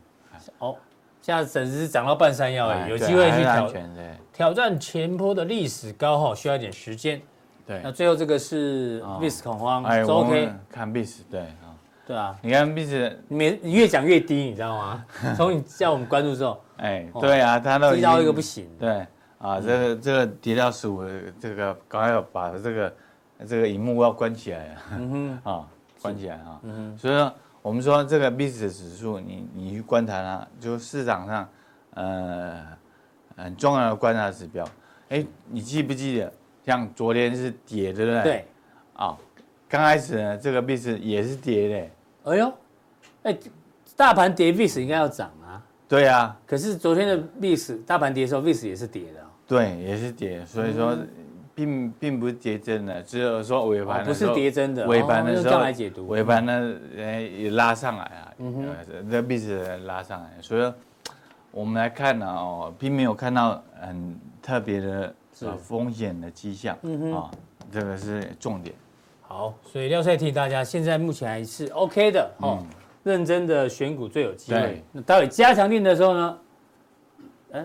Speaker 2: 哦，现在整只涨到半山腰哎，有
Speaker 3: 对
Speaker 2: 机会
Speaker 3: 还
Speaker 2: 去
Speaker 3: 是安
Speaker 2: 挑
Speaker 3: 全对
Speaker 2: 挑战前坡的历史高哈，需要一点时间。
Speaker 3: 对
Speaker 2: 那。最后这个是
Speaker 3: 哎哦
Speaker 2: VIS 恐慌，
Speaker 3: 哎，
Speaker 2: 是
Speaker 3: 我
Speaker 2: OK，
Speaker 3: 们看 bis 对啊，
Speaker 2: 对啊，
Speaker 3: 你看 bis，
Speaker 2: 你每你越讲越低，你知道
Speaker 3: [LAUGHS]
Speaker 2: 吗？从你叫我们关注之后，
Speaker 3: 哎，
Speaker 2: 哦
Speaker 3: 对啊，它都已
Speaker 2: 低到
Speaker 3: 经
Speaker 2: 一个不，行。嗯
Speaker 3: 对啊，这个这个跌到十五，这个赶快把这个这个荧幕要关起来啊，
Speaker 2: 嗯
Speaker 3: [LAUGHS] 啊，关起来啊，所以说我们说这个 bis 指数，你你去观察它，就市场上呃很重要的观察指标，哎，你记不记得像昨天是跌，对不对？
Speaker 2: 对，
Speaker 3: 啊，刚开始呢，这个 bis 也是跌的，
Speaker 2: 哎呦，哎，大盘跌 VIS 应该要涨啊，
Speaker 3: 对啊。
Speaker 2: 可是昨天的 VIS 大盘跌的时候，VIS 也是跌的哦，
Speaker 3: 对，也是跌，所以说并并不是跌真的，只有说尾
Speaker 2: 哦
Speaker 3: 盘
Speaker 2: 不
Speaker 3: 的
Speaker 2: 是
Speaker 3: 时候
Speaker 2: 跌真的
Speaker 3: 尾盘
Speaker 2: 哦
Speaker 3: 的
Speaker 2: 用
Speaker 3: 时
Speaker 2: 这
Speaker 3: 候
Speaker 2: 样来解读嗯
Speaker 3: 尾盘呢，呃，也拉上来啊，呃这币值拉上来，所以说我们来看呢，哦，并没有看到很特别的呃风险的迹象
Speaker 2: 嗯
Speaker 3: 啊，这个是重点。
Speaker 2: 好，所以廖帅提醒大家，现在目前还是 OK 的哦，认真的选股最有机会
Speaker 3: 嗯对。
Speaker 2: 那待会加强定的时候呢？哎，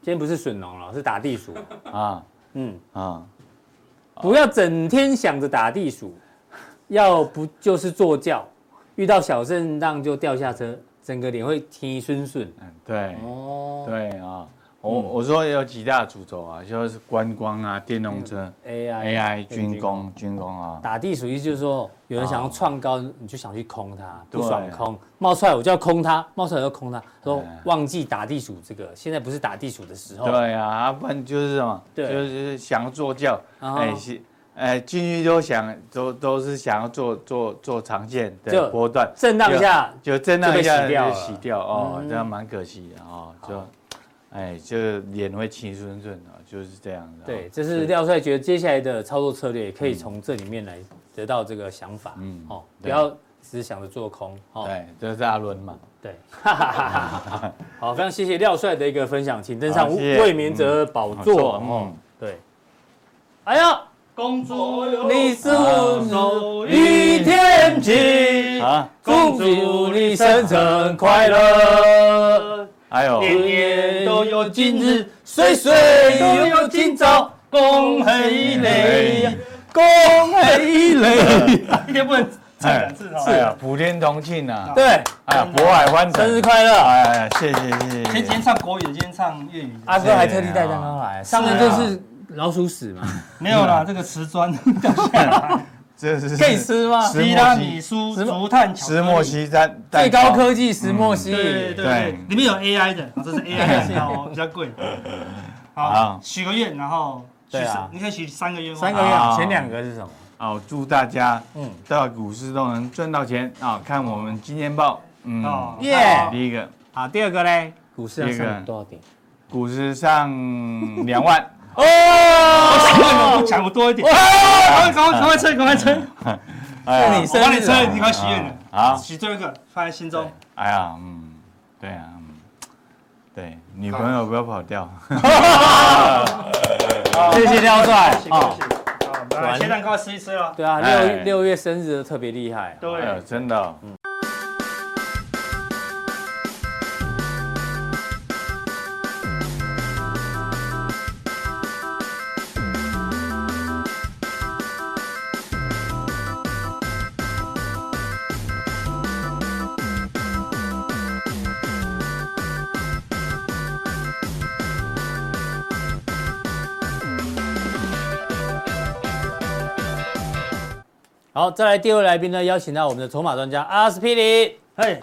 Speaker 2: 今天不是笋农了，是打
Speaker 3: [LAUGHS]
Speaker 2: 地鼠。
Speaker 3: 啊，
Speaker 2: 嗯
Speaker 3: 嗯啊，
Speaker 2: 不要整天想着打地鼠，要不就是坐轿，遇到小震荡就掉下车，整个脸会提顺顺。
Speaker 3: 嗯，对，
Speaker 2: 哦，嗯
Speaker 3: 对啊，我我说有几大主轴啊，就是观光啊，电动车。
Speaker 2: ，AI
Speaker 3: AI 军工军工啊，
Speaker 2: 打地鼠意思就是说，有人想要创高，你就想去空它，不
Speaker 3: 对
Speaker 2: 爽空，冒出来我就要空它，冒出来我就要空它，说
Speaker 3: 哎
Speaker 2: 忘记打地鼠这个，现在不是打地鼠的时候。
Speaker 3: 对呀、啊，不然就是什么，
Speaker 2: 哦对哦
Speaker 3: 就是想做教，
Speaker 2: 然后
Speaker 3: 哎、是，哎，进去都想都都是想要做做做长线
Speaker 2: 就
Speaker 3: 的波段，
Speaker 2: 震荡一下
Speaker 3: 就震荡一
Speaker 2: 就
Speaker 3: 下
Speaker 2: 被洗掉
Speaker 3: 就
Speaker 2: 了嗯
Speaker 3: 洗掉哦，这样蛮可惜的哦，就，哎，就脸会青顺顺的，就是这样哦的、
Speaker 2: 对，，这是廖帅觉得接下来的操作策略，可以从这里面来得到这个想法。嗯
Speaker 3: 嗯，
Speaker 2: 哦，不
Speaker 3: 对
Speaker 2: 要只是想着做空。哦，
Speaker 3: 对，哎这是阿伦嘛， [LAUGHS]
Speaker 2: 对， [LAUGHS] 哈哈哈哈哈哈。好，非常谢谢廖帅的一个分享，请登上
Speaker 3: 好谢谢
Speaker 2: 魏明哲宝座。
Speaker 3: 嗯
Speaker 2: 哦，对。哎呀，
Speaker 5: 公主
Speaker 2: 你是我手与天际，
Speaker 3: 啊，
Speaker 2: 恭祝你生辰快乐，
Speaker 3: 还有，
Speaker 5: 年年都有今日，
Speaker 2: 岁岁都有今朝，
Speaker 5: 恭喜你，
Speaker 2: 恭喜你。
Speaker 5: 一天不能唱两次
Speaker 3: 哎
Speaker 5: 哦。
Speaker 3: 呀，普天同庆啊，
Speaker 2: 对，
Speaker 3: 哎呀，渤海欢腾，
Speaker 2: 生日快乐！
Speaker 3: 哎呀，谢谢谢谢
Speaker 5: 前
Speaker 3: 谢
Speaker 5: 几天
Speaker 3: 谢，
Speaker 5: 唱国语的，今天唱粤语的，
Speaker 2: 阿哥还特地带蛋糕来，上次
Speaker 5: 啊
Speaker 2: 就是老鼠屎嘛，
Speaker 5: 没有啦，这个瓷砖掉下来，
Speaker 3: 这是
Speaker 2: 可以吃吗？
Speaker 3: 石
Speaker 5: [LAUGHS] 提拉米苏、
Speaker 2: 石墨
Speaker 5: 竹炭巧克
Speaker 3: 石墨
Speaker 5: 力，
Speaker 3: 烯蛋
Speaker 2: 最
Speaker 3: 蛋糕
Speaker 2: 高科技石墨烯，
Speaker 5: 对对
Speaker 3: 对
Speaker 5: 对，里面有 AI 的，哦这是 AI 的蛋糕哦，比较贵。好
Speaker 3: 好，
Speaker 5: 许个愿，然后许
Speaker 2: 对啊
Speaker 5: 三你可以许三个愿望，
Speaker 2: 三个月啊
Speaker 3: 啊
Speaker 2: 前两个是什么？
Speaker 3: 哦，祝大家
Speaker 2: 嗯
Speaker 3: 嗯到股市都能赚到钱啊！看我们今天报，
Speaker 5: 哦
Speaker 3: 嗯，
Speaker 2: 耶
Speaker 5: 好
Speaker 3: 第一个
Speaker 2: 好，第二个嘞，股市要
Speaker 3: 第二个
Speaker 2: 上多少点？
Speaker 3: 股市上两
Speaker 2: [LAUGHS]
Speaker 3: 万，
Speaker 5: 哦，
Speaker 2: 哦，
Speaker 5: 讲我多一点，赶快赶快赶快吹，赶快吹，
Speaker 3: 哎
Speaker 2: 你
Speaker 3: 呀，
Speaker 5: 我帮你
Speaker 2: 生日啊
Speaker 5: 吹，你快许愿了。
Speaker 3: 好，
Speaker 5: 许最后一个放在心中，
Speaker 3: 哎呀，嗯，对啊，嗯对，女朋友不要跑掉，
Speaker 2: [LAUGHS] 谢谢廖
Speaker 3: [LAUGHS]
Speaker 2: 帅
Speaker 5: 谢谢
Speaker 2: 哦。
Speaker 5: 谢谢好，拜
Speaker 2: 完
Speaker 5: 拜，切蛋糕吃一吃了。
Speaker 2: 对啊，
Speaker 3: 哎
Speaker 2: 六六月生日都特别厉害。
Speaker 5: 对
Speaker 3: 哎呦，真的哦。
Speaker 2: 好，再来第二位来宾呢，邀请到我们的筹码专家阿司匹林。
Speaker 5: 嘿，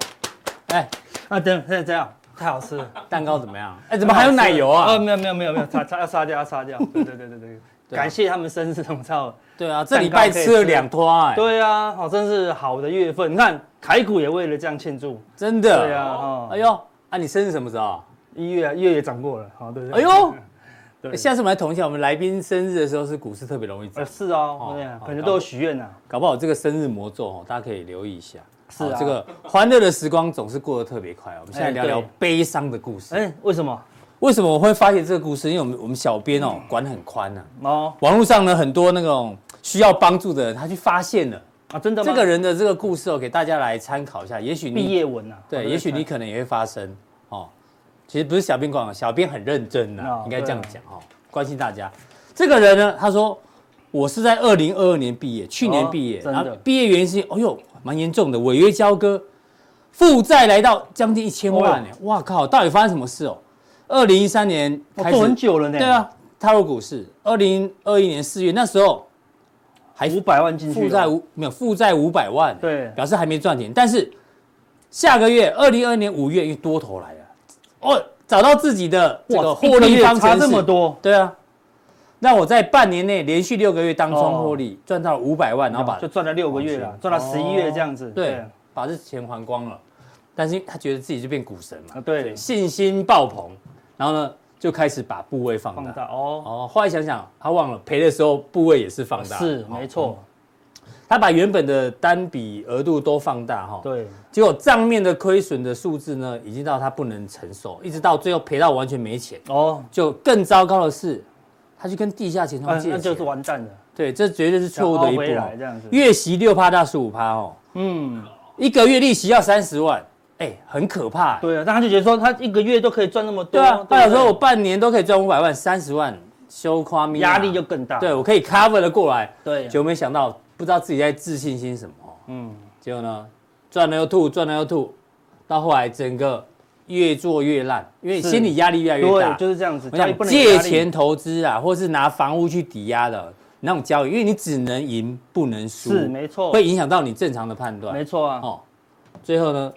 Speaker 2: 哎，
Speaker 5: 啊，等等这样，太好吃了。
Speaker 2: 蛋糕怎么样？哎，怎么还有奶油啊
Speaker 5: 哦，？没有没有没有没 [LAUGHS] 有，擦擦要杀掉要杀掉。对对对对对，
Speaker 2: [LAUGHS] 对啊
Speaker 5: 感谢他们生日同照。
Speaker 2: 对啊，这礼拜吃了两拖哎，
Speaker 5: 对啊，好，真是好的月份。你看台股也为了这样庆祝。
Speaker 2: 真的。
Speaker 5: 对啊，哦
Speaker 2: 哎，呦，啊，你生日什么时候？
Speaker 5: 一月啊一月也涨过了，好对不
Speaker 2: 哎
Speaker 5: 对？
Speaker 2: 呦，
Speaker 5: 对，
Speaker 2: 下次我们来统一下，我们来宾生日的时候是股市特别容易涨
Speaker 5: 呃，是哦，
Speaker 2: 哦
Speaker 5: 对啊
Speaker 2: 好
Speaker 5: 感觉都有许愿呐。
Speaker 2: 搞不好这个生日魔咒哦，大家可以留意一下。
Speaker 5: 是啊
Speaker 2: 好这个欢乐的时光总是过得特别快哦。我们现在
Speaker 5: 哎
Speaker 2: 聊聊
Speaker 5: 对
Speaker 2: 悲伤的故事。
Speaker 5: 哎，为什么？
Speaker 2: 为什么我会发现这个故事？因为我们我们小编
Speaker 5: 嗯
Speaker 2: 哦管很宽呐、
Speaker 5: 哦
Speaker 2: 网络上呢很多那种需要帮助的人，他去发现了
Speaker 5: 啊，真的吗？
Speaker 2: 这个人的这个故事哦，给大家来参考一下。也许
Speaker 5: 毕
Speaker 2: 你
Speaker 5: 业文啊呐，
Speaker 2: 对，也许你可能也会发生哦。其实不是小编管，小编很认真呐、
Speaker 5: 哦
Speaker 2: 应该这样讲哦，关心大家。这个人呢，他说我是在二零二二年毕业，去年毕业，
Speaker 5: 哦真的
Speaker 2: 然后毕业原因是，哎呦，蛮严重的，违约交割，负债来到将近一千万呢、
Speaker 5: 哦
Speaker 2: 哇靠，到底发生什么事哦？二零一三年
Speaker 5: 我
Speaker 2: 开始
Speaker 5: 哦做很久了呢。
Speaker 2: 对，啊，踏入股市。二零二一年四月那时候还
Speaker 5: 五百万进去了，
Speaker 2: 负债五没有负债五百万，
Speaker 5: 对
Speaker 2: 表示还没赚钱。但是下个月二零二年五月，因为多头来了，哦，找到自己的这个
Speaker 5: 哇，
Speaker 2: 获利
Speaker 5: 一个月
Speaker 2: 方
Speaker 5: 差
Speaker 2: 程式
Speaker 5: 这么，多，
Speaker 2: 对啊。那我在半年内连续六个月当中
Speaker 5: 哦
Speaker 2: 获利，赚到五百万，然后把哦
Speaker 5: 就赚了六个月了，赚到十一月这样子。
Speaker 2: 对把这钱还光了。但是他觉得自己就变股神嘛，
Speaker 5: 啊，对，
Speaker 2: 信心爆棚，然后呢就开始把部位放
Speaker 5: 放
Speaker 2: 大。
Speaker 5: 大哦，
Speaker 2: 哦，后来想想，他忘了赔的时候部位也是放大，
Speaker 5: 是
Speaker 2: 哦
Speaker 5: 没错，
Speaker 2: 他把原本的单笔额度都放大哈，，
Speaker 5: 对，
Speaker 2: 结果账面的亏损的数字呢，已经到他不能承受，一直到最后赔到完全没钱。
Speaker 5: 哦，
Speaker 2: 就更糟糕的是，他去跟地下钱
Speaker 5: 啊那
Speaker 2: 庄借
Speaker 5: 那就是
Speaker 2: 钱，
Speaker 5: 完蛋了，
Speaker 2: 对，这绝对是错误的一步
Speaker 5: 想凹回
Speaker 2: 哦
Speaker 5: 来这样子。
Speaker 2: 月息六趴到十五趴哦，
Speaker 5: 嗯，
Speaker 2: 一个月利息要三十万，哎，很可怕。
Speaker 5: 对啊，但他就觉得说他一个月都可以赚那么多，
Speaker 2: 对啊，他
Speaker 5: 不
Speaker 2: 有时候我半年都可以赚五百万，三十万，羞夸咪啊
Speaker 5: 压力就更大，
Speaker 2: 对我可以 cover 的过来。
Speaker 5: 对，啊
Speaker 2: 结果没想到，不知道自己在自信心什么、哦，
Speaker 5: 嗯，
Speaker 2: 结果呢，赚了又吐，赚了又吐，到后来整个越做越烂，因为
Speaker 5: 是
Speaker 2: 心理压力越来越大。
Speaker 5: 对，就是这样子，
Speaker 2: 我
Speaker 5: 家里不
Speaker 2: 想
Speaker 5: 能有压
Speaker 2: 借
Speaker 5: 力
Speaker 2: 钱投资啊，或是拿房屋去抵押的那种交易，因为你只能赢不能输，
Speaker 5: 是没错，
Speaker 2: 会影响到你正常的判断。
Speaker 5: 没错啊，
Speaker 2: 哦，最后呢，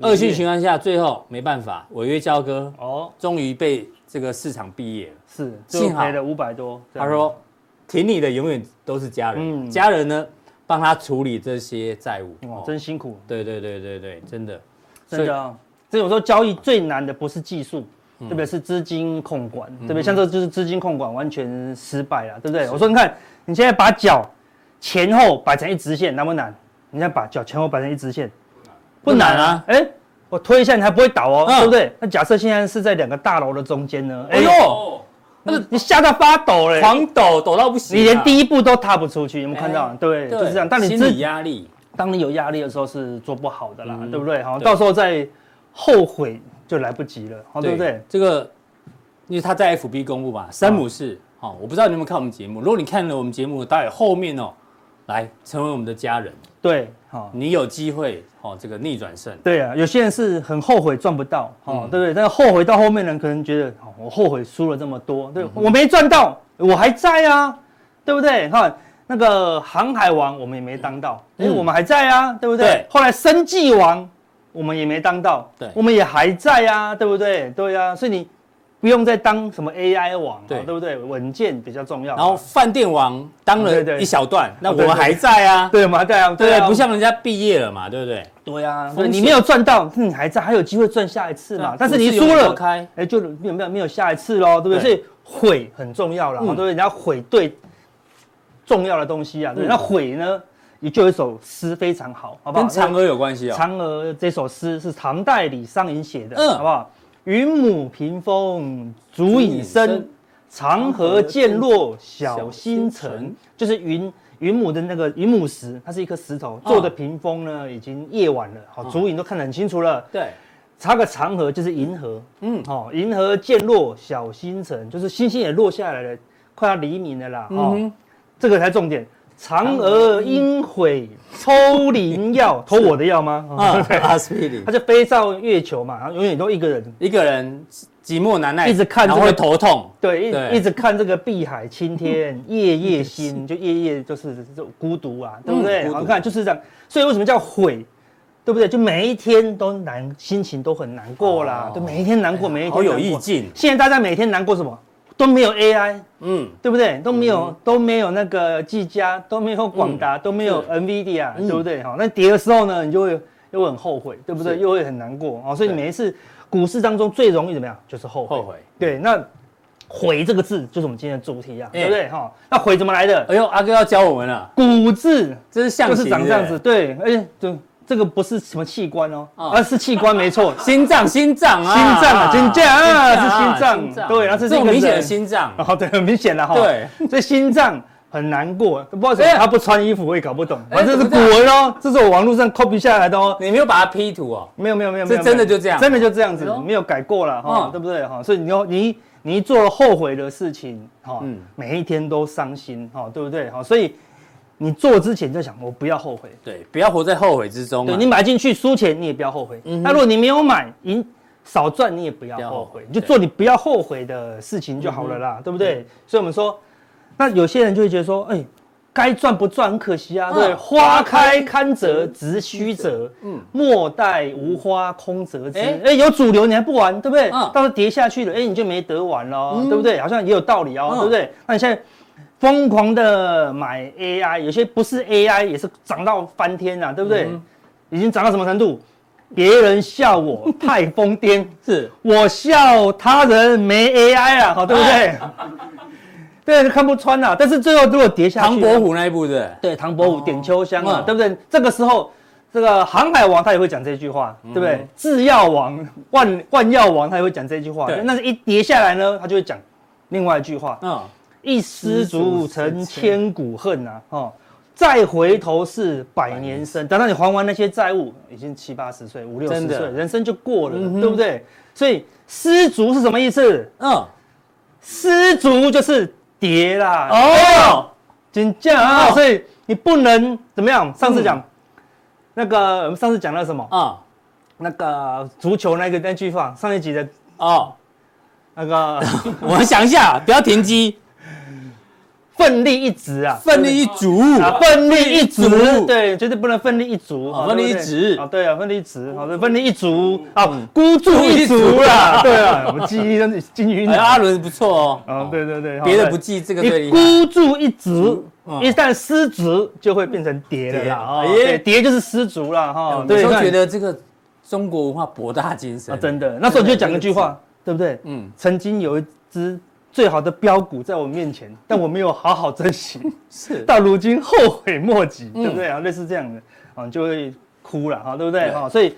Speaker 2: 恶性循环下，最后没办法，违约交割，
Speaker 5: 哦，
Speaker 2: 终于被这个市场毕业了。
Speaker 5: 是，就
Speaker 2: 幸好
Speaker 5: 赔了五百多，这
Speaker 2: 他
Speaker 5: 样
Speaker 2: 说，挺你的永远都是家人，
Speaker 5: 嗯
Speaker 2: 家人呢帮他处理这些债务。
Speaker 5: 哇
Speaker 2: 哦，
Speaker 5: 真辛苦，啊
Speaker 2: 对对对对对，真的，嗯
Speaker 5: 真的啊，这种时候交易最难的不是技术。特别是资金控管，对不对？像这就是资金控管完全失败了，对不对？我说你看，你现在把脚前后摆成一直线，难不难？你现在把脚前后摆成一直线，
Speaker 2: 不难啊。
Speaker 5: 哎，我推一下你还不会倒哦，
Speaker 2: 嗯
Speaker 5: 对不对？那假设现在是在两个大楼的中间呢？
Speaker 2: 哎
Speaker 5: 哎
Speaker 2: 呦
Speaker 5: 呦，
Speaker 4: 哦，
Speaker 5: 那你吓到发抖嘞，
Speaker 2: 狂抖抖到不行啊，
Speaker 5: 你连第一步都踏不出去，有没有看到
Speaker 2: 哎？
Speaker 5: 对，就是这样。当你
Speaker 2: 心
Speaker 5: 自
Speaker 2: 理压力，
Speaker 5: 当你有压力的时候是做不好的啦，
Speaker 2: 嗯
Speaker 5: 对不对？好，
Speaker 2: 对
Speaker 5: 到时候再后悔就来不及了，好，哦对不对？？
Speaker 2: 这个，因为他在 FB 公布嘛，山姆士，哦，我不知道你有没有看我们节目，如果你看了我们节目，待会后面哦，来成为我们的家人，
Speaker 5: 对，好，
Speaker 2: 你有机会哦，这个逆转胜。
Speaker 5: 对啊，有些人是很后悔赚不到，哦
Speaker 2: 嗯，
Speaker 5: 对不对？但是后悔到后面呢，可能觉得哦我后悔输了这么多，
Speaker 2: 嗯
Speaker 5: 对我没赚到，我还在啊，对不对？看那个航海王我们也没当到，因为
Speaker 2: 嗯
Speaker 5: 我们还在啊，对不对
Speaker 2: 对？
Speaker 5: 后来生计王我们也没当到，
Speaker 2: 对
Speaker 5: 我们也还在啊，对不对？对啊，所以你不用再当什么 AI 王，哦
Speaker 2: 对
Speaker 5: 对不对？稳健比较重要，
Speaker 2: 然后饭店王当
Speaker 5: 哦对
Speaker 2: 了
Speaker 5: 对哦
Speaker 2: 一小段，那我
Speaker 5: 对
Speaker 2: 们
Speaker 5: 对
Speaker 2: 还在啊，
Speaker 5: 对嘛，对啊，
Speaker 2: 对
Speaker 5: 啊，
Speaker 2: 不像人家毕业了嘛，对不对？
Speaker 5: 对啊，
Speaker 2: 风险
Speaker 5: 对你没有赚到，嗯你还在，还有机会赚下一次啊嘛。但是你
Speaker 2: 啊股
Speaker 5: 输
Speaker 2: 市永远都
Speaker 5: 了，
Speaker 2: 开，
Speaker 5: 哎，就没有没有没有下一次喽，对不对？所
Speaker 2: 对
Speaker 5: 以悔很重要了，
Speaker 2: 嗯
Speaker 5: 对不对？你要悔对重要的东西啊，对不对。
Speaker 2: 嗯
Speaker 5: 那悔呢，也就有一首诗非常好，好不好？
Speaker 2: 跟嫦娥有关系
Speaker 5: 《
Speaker 2: 哦。
Speaker 5: 嫦娥》这首诗是唐代李商隐写的，
Speaker 2: 嗯
Speaker 5: 好不好？云母屏风烛影深，长河渐落晓星沉。就是云云母的那个云母石，它是一颗石头
Speaker 2: 嗯
Speaker 5: 做的屏风呢，已经夜晚了，好，烛影都看得很清楚了。
Speaker 2: 对，
Speaker 5: 查个长河就是银河，
Speaker 2: 嗯，
Speaker 5: 哦，银河渐落晓星沉，就是星星也落下来了，快要黎明了啦。
Speaker 2: 嗯
Speaker 5: 哦，
Speaker 2: 哼
Speaker 5: 这个才重点。嫦娥应悔抽
Speaker 2: [LAUGHS]
Speaker 5: 灵药，偷我的药吗？
Speaker 2: 啊
Speaker 5: 啊，
Speaker 2: 阿斯匹林
Speaker 5: 他，就飞到月球嘛，然后永远都一个人，
Speaker 2: 一个人寂寞难耐，
Speaker 5: 一直看
Speaker 2: 然后
Speaker 5: 这
Speaker 2: 会
Speaker 5: 个
Speaker 2: 头痛。
Speaker 5: 对，
Speaker 2: 对
Speaker 5: 一一直看这个碧海青天，
Speaker 2: [LAUGHS]
Speaker 5: 夜夜心，就夜夜就是这种孤独啊，对不
Speaker 2: 嗯
Speaker 5: 对？
Speaker 2: 孤独
Speaker 5: 好看就是这样，所以为什么叫悔？对不对？就每一天都难，心情都很难过啦。
Speaker 2: 哦
Speaker 5: 对，每一天难过，每一天
Speaker 2: 好有
Speaker 5: 难过
Speaker 2: 意境
Speaker 5: 现在大家每天难过什么？都没有 AI，
Speaker 2: 嗯，
Speaker 5: 对不对？都没有、都没有那个技嘉，都没有广
Speaker 2: 嗯
Speaker 5: 达，都没有 NVIDIA，、对不对？好，那跌的时候呢，你就会又会很后悔，对不对？
Speaker 2: 是
Speaker 5: 又会很难过哦。所以
Speaker 2: 对
Speaker 5: 每一次股市当中最容易怎么样？就是后悔。
Speaker 2: 后悔。
Speaker 5: 对，那“悔”这个字就是我们今天的主题啊，
Speaker 2: 哎
Speaker 5: 对不对？哈、那“悔”怎么来的？
Speaker 2: 哎呦，阿哥要教我们了，
Speaker 5: 骨字
Speaker 2: 这是象
Speaker 5: 就
Speaker 2: 棋，
Speaker 5: 是长这样子，
Speaker 2: 对不
Speaker 5: 对，而且就这个不是什么器官哦，
Speaker 2: 哦
Speaker 5: 而、是器官
Speaker 2: [LAUGHS]
Speaker 5: 没错，
Speaker 2: 对，心脏，心脏啊，
Speaker 5: 心脏啊心脏啊是心脏对然
Speaker 2: 这是
Speaker 5: 后这是
Speaker 2: 这
Speaker 5: 一
Speaker 2: 种
Speaker 5: 个
Speaker 2: 明显的
Speaker 5: 人
Speaker 2: 心脏，
Speaker 5: [LAUGHS] 哦，对，很明显了哈。
Speaker 2: 对，
Speaker 5: [LAUGHS] 所以心脏很难过，不知道为
Speaker 2: 哎
Speaker 5: 什么他不穿衣服，我也搞不懂。
Speaker 2: 哎
Speaker 5: 反正这是古文哦，这是我网络上 copy 下来的哦。
Speaker 2: 你没有把它 P 图哦，
Speaker 5: 没有没有没有，
Speaker 2: 这
Speaker 5: 没有
Speaker 2: 真的就这样
Speaker 5: 真的就这样子
Speaker 2: 哎呦，
Speaker 5: 没有改过了哈
Speaker 2: 嗯，
Speaker 5: 对不对哈？所以你要你你一做了后悔的事情哈
Speaker 2: 嗯，
Speaker 5: 每一天都伤心哈，对不对哈？所以你做之前就想，我不要后悔。
Speaker 2: 对，不要活在后悔之中啊嘛。嗯
Speaker 5: 对你买进去输钱，你也不要后悔。那如果你没有买，赢少赚，你也不要
Speaker 2: 不要后
Speaker 5: 后
Speaker 2: 悔嗯
Speaker 5: 悔，你就做你不要后悔的事情就好了啦，对不对？所以我们说，那有些人就会觉得说，哎，该赚不赚很可惜啊，
Speaker 2: 嗯
Speaker 5: 对，
Speaker 2: 花
Speaker 5: 花
Speaker 2: 开
Speaker 5: 开堪折直须折，
Speaker 2: 嗯
Speaker 5: 嗯，莫待无花空折枝
Speaker 2: 哎。
Speaker 5: 哎，有主流你还不玩，对不对？
Speaker 2: 嗯
Speaker 5: 到时候跌下去了，哎，你就没得玩了
Speaker 2: 嗯，
Speaker 5: 对不对？好像也有道理哦
Speaker 2: 嗯，
Speaker 5: 对不对？那你现在。疯狂的买 AI，有些不是 AI 也是涨到翻天了、对不对？
Speaker 2: 嗯
Speaker 5: 已经涨到什么程度？别人
Speaker 2: [LAUGHS]
Speaker 5: 笑我太疯癫，
Speaker 2: 是
Speaker 5: 我笑他人没 AI 啊，好对
Speaker 2: [LAUGHS]
Speaker 5: 不对？对，看不穿啊啦。但是最后如果跌下去，啊
Speaker 2: 唐伯虎那一部对不对？
Speaker 5: 对唐伯虎点秋香啊，
Speaker 2: 嗯
Speaker 5: 对不对？这个时候，这个航海王他也会讲这句话，
Speaker 2: 嗯
Speaker 5: 对不对？制药王、万万药王他也会讲这句话
Speaker 2: 对，
Speaker 5: 那一跌下来呢，他就会讲另外一句话，
Speaker 2: 嗯，
Speaker 5: 一失足成千古恨呐、哦，再回头是百年身。等到你还完那些债务，已经七八十岁、五六
Speaker 2: 真
Speaker 5: 十
Speaker 2: 的
Speaker 5: 岁，人生就过了，对不对？所以失足是什么意思？
Speaker 2: 嗯，
Speaker 5: 失足就是跌啦，
Speaker 2: 哦，
Speaker 5: 金价啊，
Speaker 2: 哦
Speaker 5: 所以你不能怎么样？上次讲、那个，我们上次讲了什么？
Speaker 2: 嗯，
Speaker 5: 那个足球那个那句话，上一集的
Speaker 2: 哦，
Speaker 5: 那个 [LAUGHS]
Speaker 2: 我们想一下，不要停机，
Speaker 5: 奋力一直啊，
Speaker 2: 奋力一族， [LAUGHS]
Speaker 5: 啊，奋力一
Speaker 2: 奋力一
Speaker 5: 族
Speaker 2: 族，
Speaker 5: 对，绝对不能奋力一族，
Speaker 2: 哦
Speaker 5: 好
Speaker 2: 奋力一嗯
Speaker 5: 对不对
Speaker 2: 直
Speaker 5: 啊，对啊，奋力一族，好的，奋力一族，啊，孤注一族啦， [LAUGHS] 对啊，我记忆真是金鱼
Speaker 2: 哎阿
Speaker 5: 脑，
Speaker 2: 伦不错哦，
Speaker 5: 啊，对对对，好
Speaker 2: 别的
Speaker 5: 对
Speaker 2: 不记，这个最
Speaker 5: 你
Speaker 2: 厉害。
Speaker 5: 孤注一掷
Speaker 2: 嗯，
Speaker 5: 一旦失足就会变成蝶了啦，哈，
Speaker 2: 蝶哎
Speaker 5: 对蝶就是失足啦，哈
Speaker 2: 我，
Speaker 5: 对，
Speaker 2: 都
Speaker 5: 那
Speaker 2: 觉得这个中国文化博大精
Speaker 5: 啊
Speaker 2: 深，
Speaker 5: 真的，那时候你就讲一句话，对不对？
Speaker 2: 嗯
Speaker 5: 嗯，曾经有一只最好的标股在我面前，但我没有好好珍 [LAUGHS] 惜，
Speaker 2: 是
Speaker 5: 到如今后悔莫及，对不对啊？类似这样的啊，你就会哭了啊哈，对不对
Speaker 2: 对
Speaker 5: 哈？所以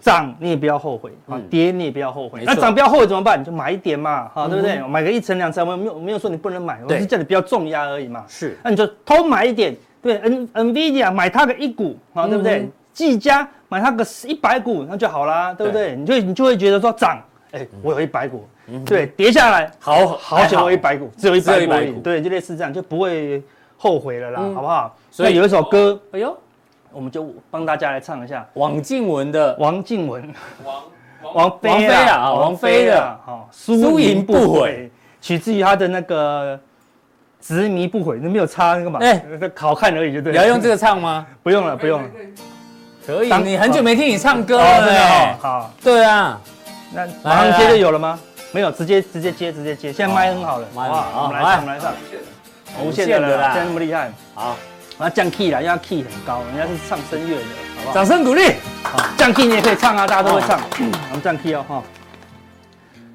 Speaker 5: 涨你也不要后悔啊
Speaker 2: 嗯，
Speaker 5: 跌你也不要后悔
Speaker 2: 没。
Speaker 5: 那
Speaker 2: 错嗯
Speaker 5: 涨不要后悔怎么办？你就买一点嘛，哈，对不对？买个一层两层，我没有没有说你不能买，我
Speaker 2: 对
Speaker 5: 是叫你不要重压而已嘛。
Speaker 2: 是
Speaker 5: 那你就偷买一点，对，N NVIDIA 买它个一股啊，对不
Speaker 2: 嗯
Speaker 5: 对？技嘉买它个一百股，那就好啦，对不对？你就你就会觉得说涨，哎，我有一百股，对，跌下来
Speaker 2: 嗯好
Speaker 5: 好久我一，百股，只有一
Speaker 2: 只有
Speaker 5: 百
Speaker 2: 一
Speaker 5: 股
Speaker 2: 百
Speaker 5: 而已
Speaker 2: 股，嗯
Speaker 5: 对，就类似这样，就不会后悔了啦，好不好？
Speaker 2: 所以
Speaker 5: 所以有一首歌，
Speaker 2: 哎呦，
Speaker 5: 我们就帮大家来唱一下，
Speaker 2: 王静文的
Speaker 5: 王静文。
Speaker 4: 王王
Speaker 5: 王菲
Speaker 2: 王菲啊
Speaker 5: 啊，
Speaker 2: 王菲的
Speaker 5: 哈，
Speaker 2: 输
Speaker 5: 输
Speaker 2: 赢
Speaker 5: 赢
Speaker 2: 不
Speaker 5: 不
Speaker 2: 悔
Speaker 5: 悔，取自于他的那个执迷不悔，那没有差那个嘛，
Speaker 2: 哎
Speaker 5: 哎，好看而已，就对
Speaker 2: 你
Speaker 5: 了。
Speaker 2: 要用这个唱吗？
Speaker 5: [LAUGHS] 不用了，不用了。
Speaker 2: 可以，
Speaker 5: 当
Speaker 2: 你很久没听你唱歌
Speaker 5: 哦
Speaker 2: 了
Speaker 5: 真的哦
Speaker 2: 呢。
Speaker 5: 好，
Speaker 2: 对啊，
Speaker 5: 那
Speaker 2: 来
Speaker 5: 马上接
Speaker 2: 来
Speaker 5: 就有了吗？没有，直接直接接直接接，现在麦很好了，
Speaker 2: 麦
Speaker 5: 好不
Speaker 2: 哦很好
Speaker 5: 好？我们来
Speaker 2: 好
Speaker 5: 上，我们来上，无限的了啦，现在那么厉害，
Speaker 2: 好，
Speaker 5: 然后降 key 啦，要 key 很高，人家是唱声乐的，好不好？
Speaker 2: 掌声鼓励。
Speaker 5: 降 key 你也可以唱啊，大家都会唱。我们降 key 哦哈。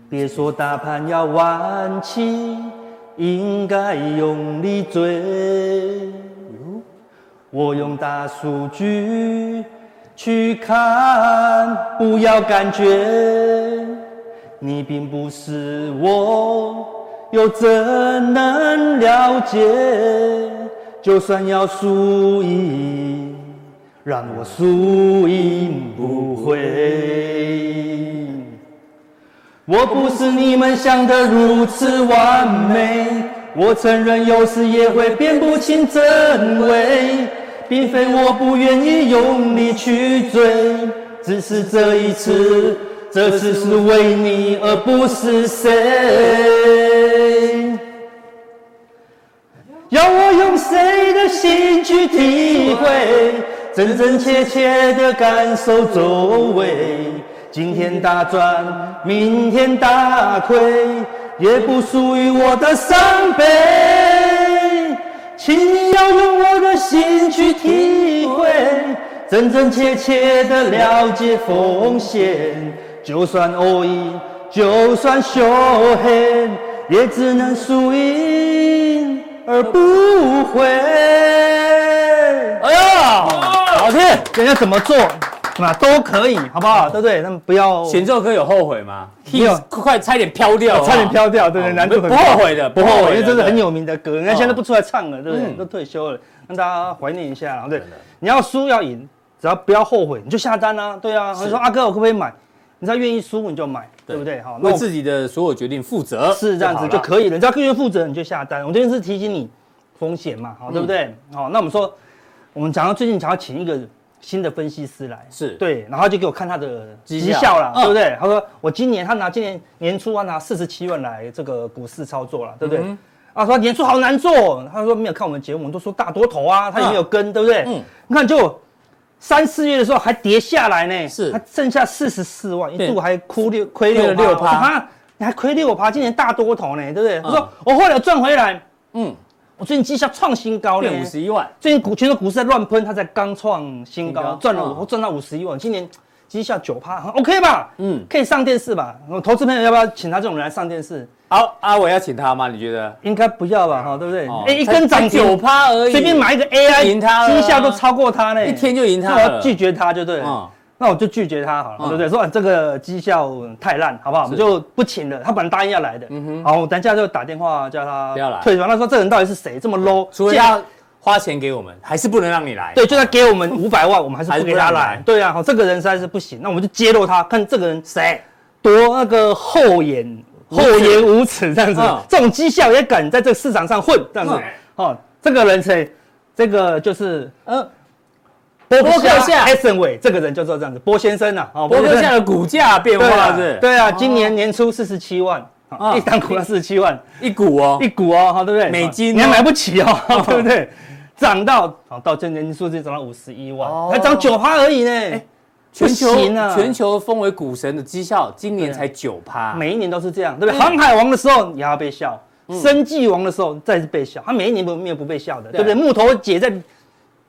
Speaker 5: 别说大盘要晚起，应该用力追。我用大数据去看，不要感觉。你并不是我有怎能了解？就算要输赢，让我输赢不悔。我不是你们想的如此完美，我承认有时也会辨不清真伪，并非我不愿意用力去追，只是这一次，这次是为你，而不是谁。要我用谁的心去体会，真真切切的感受周围。今天大赚，明天大亏，也不属于我的伤悲。请你要用我的心去体会，真真切切的了解风险。就算偶一，就算凶狠，也只能输赢而不悔。
Speaker 2: 哎呀，好听！
Speaker 5: 人家怎么做，那都可以，好不好？对不对？那么不要
Speaker 2: 前奏歌有后悔吗？
Speaker 5: 没有
Speaker 2: Keys 快差点飘掉，
Speaker 5: 差点飘掉，对不
Speaker 2: 哦
Speaker 5: 对？难度很
Speaker 2: 不
Speaker 5: 高
Speaker 2: 后悔的不后悔的
Speaker 5: 哦因为这是
Speaker 2: 对哦
Speaker 5: 很有名的歌，人家现在都不出来唱了，对不对？
Speaker 2: 嗯
Speaker 5: 都退休了，让大家怀念一下啦。对，你要输要赢，只要不要后悔，你就下单啊，对啊。你说阿哥，我可不可以买？你只要愿意输，你就买，对不对？好，
Speaker 2: 为
Speaker 5: 我
Speaker 2: 自己的所有决定负责，
Speaker 5: 是这样子
Speaker 2: 好
Speaker 5: 就
Speaker 2: 了
Speaker 5: 可以了。你只要个人负责，你就下单。我这边是提醒你风险嘛，
Speaker 2: 嗯
Speaker 5: 好，对不对？好，那我们说，我们讲到最近想要请一个新的分析师来，
Speaker 2: 是
Speaker 5: 对，然后他就给我看他的
Speaker 2: 绩
Speaker 5: 绩
Speaker 2: 效
Speaker 5: 效啦，
Speaker 2: 嗯
Speaker 5: 对不对？他说我今年他拿今年年初他拿四十七万来这个股市操作了，对不
Speaker 2: 嗯
Speaker 5: 对？啊，说年初好难做，啊他说没有看我们节目，我们都说大多头啊，他也没有跟，对不对？
Speaker 2: 嗯
Speaker 5: 嗯，你看就三四月的时候还跌下来呢，
Speaker 2: 是
Speaker 5: 他剩下四十四万，一
Speaker 2: 对
Speaker 5: 度还哭六亏
Speaker 2: 亏了
Speaker 5: 六
Speaker 2: 六趴
Speaker 5: 啊，你还亏六趴，今年大多头呢，对不对？他说我后来有赚回来，
Speaker 2: 嗯，
Speaker 5: 我最近绩效创新高呢，
Speaker 2: 变五十一万，
Speaker 5: 最近股全球股市在乱喷，它才刚创新
Speaker 2: 新高
Speaker 5: 高，赚了
Speaker 2: 嗯
Speaker 5: 我赚到五十一万，今年绩效九趴，OK 吧？
Speaker 2: 嗯
Speaker 5: 嗯，可以上电视吧？我投资朋友要不要请他这种人来上电视？
Speaker 2: 好，啊阿伟要请他吗？你觉得？
Speaker 5: 应该不要吧？哈，对不对？
Speaker 2: 哦
Speaker 5: 哎，一
Speaker 2: 才
Speaker 5: 根涨停
Speaker 2: 九趴而已，
Speaker 5: 随便买一个
Speaker 2: 赢他
Speaker 5: AI，
Speaker 2: 了啊
Speaker 5: 绩效都超过他呢，
Speaker 2: 一天就赢他
Speaker 5: 那我
Speaker 2: 了
Speaker 5: 要拒绝他就对
Speaker 2: 嗯
Speaker 5: 了。那我就拒绝他好了，
Speaker 2: 嗯
Speaker 5: 对不对？说啊这个绩效太烂，好不好？我们就不请了。他本来答应要来的，好，我等一下就打电话叫他
Speaker 2: 嗯不要来
Speaker 5: 退团。他说这人到底是谁？这么 low，
Speaker 2: 除非
Speaker 5: 竟然
Speaker 2: 他花钱给我们，还是不能让你来。
Speaker 5: 对，就算给我们五百万，我们还
Speaker 2: 还
Speaker 5: 是
Speaker 2: 是不
Speaker 5: 不给他
Speaker 2: 让来
Speaker 5: 来。对啊，好，这个人实在是不行，那我们就揭露他，看这个人
Speaker 2: 谁？
Speaker 5: 多那个厚颜厚颜无耻这样子
Speaker 2: 嗯，
Speaker 5: 这种绩效也敢在这个市场上混这样子
Speaker 2: 嗯。
Speaker 5: 哦，这个人谁？这个就是
Speaker 2: 呃，
Speaker 5: 波
Speaker 2: 波克夏
Speaker 5: s n 伟，这个人就做这样子，波先生啊，哦，
Speaker 2: 伯克
Speaker 5: 先
Speaker 2: 夏
Speaker 5: 生
Speaker 2: 的股价变
Speaker 5: 对
Speaker 2: 化
Speaker 5: 啊，
Speaker 2: 是？哦
Speaker 5: 对啊，今年年初四十七万，
Speaker 2: 啊
Speaker 5: 啊，一档股票四十七万，
Speaker 2: 一股哦
Speaker 5: 一，股哦，哈，对不对？
Speaker 2: 美金哦
Speaker 5: 你还买不起哦， [LAUGHS] 对不对？涨到好到今年数字涨到五十一
Speaker 2: 哦哎
Speaker 5: 万，还涨九趴而已呢。
Speaker 2: 全球
Speaker 5: 不行啊
Speaker 2: 全球封为股神的绩效，今年才九趴，
Speaker 5: 每一年都是这样，对不
Speaker 2: 嗯
Speaker 5: 对？航海王的时候也要被笑，生计王的时候再次被笑，他每一年不没有不被笑的，
Speaker 2: 对哎
Speaker 5: 对不对？木头姐在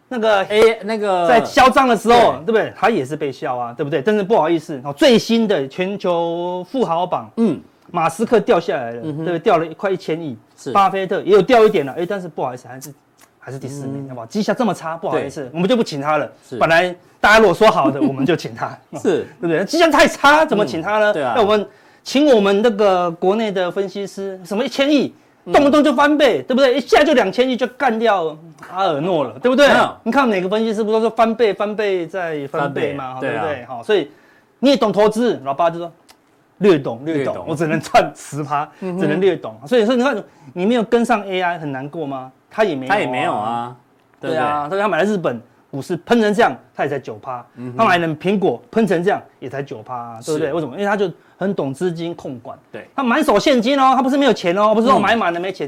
Speaker 5: 那个
Speaker 2: A 那个
Speaker 5: 在嚣张的时候，
Speaker 2: 对
Speaker 5: 对不对？她也是被笑啊，对不对？真是不好意思。哦，最新的全球富豪榜，
Speaker 2: 嗯
Speaker 5: 马斯克掉下来了，对不对？掉了快一千亿
Speaker 2: 是，
Speaker 5: 巴菲特也有掉一点了，哎，但是不好意思，还是还是第四名，好不好？绩效这么差，不好意思，我们就不请他了
Speaker 2: 嗯是。
Speaker 5: 本来大家如果说好的，我们就请他，
Speaker 2: 是
Speaker 5: 对不对？绩效太差，怎么请他
Speaker 2: 嗯
Speaker 5: 呢？
Speaker 2: 对啊
Speaker 5: 那我们请我们那个国内的分析师，什么一千亿，
Speaker 2: 嗯
Speaker 5: 动不动就翻倍，对不对？一下就两千亿就干掉阿尔诺了，对不对
Speaker 2: 没有？
Speaker 5: 你看哪个分析师不都说翻倍、翻倍再翻倍嘛，
Speaker 2: 翻倍
Speaker 5: 对不
Speaker 2: 对啊
Speaker 5: 对？好，所以你也懂投资，老爸就说。略懂略
Speaker 2: 略懂嗯
Speaker 5: 懂，我只能赚十趴，只能略懂。所以说，你看你没有跟上 AI 很难过吗？他也没有、
Speaker 2: 他也没有，啊，对
Speaker 5: 对
Speaker 2: 不对？
Speaker 5: 啊，所以他买了日本股市喷成这样，他也才九趴；他买了苹果喷成这样，也才九趴、
Speaker 2: 嗯
Speaker 5: 对不
Speaker 2: 是
Speaker 5: 对？为什么？因为他就很懂资金控管，
Speaker 2: 对
Speaker 5: 他满手现金哦，他不是没有钱哦，不是说
Speaker 2: 嗯
Speaker 5: 我买满了没钱，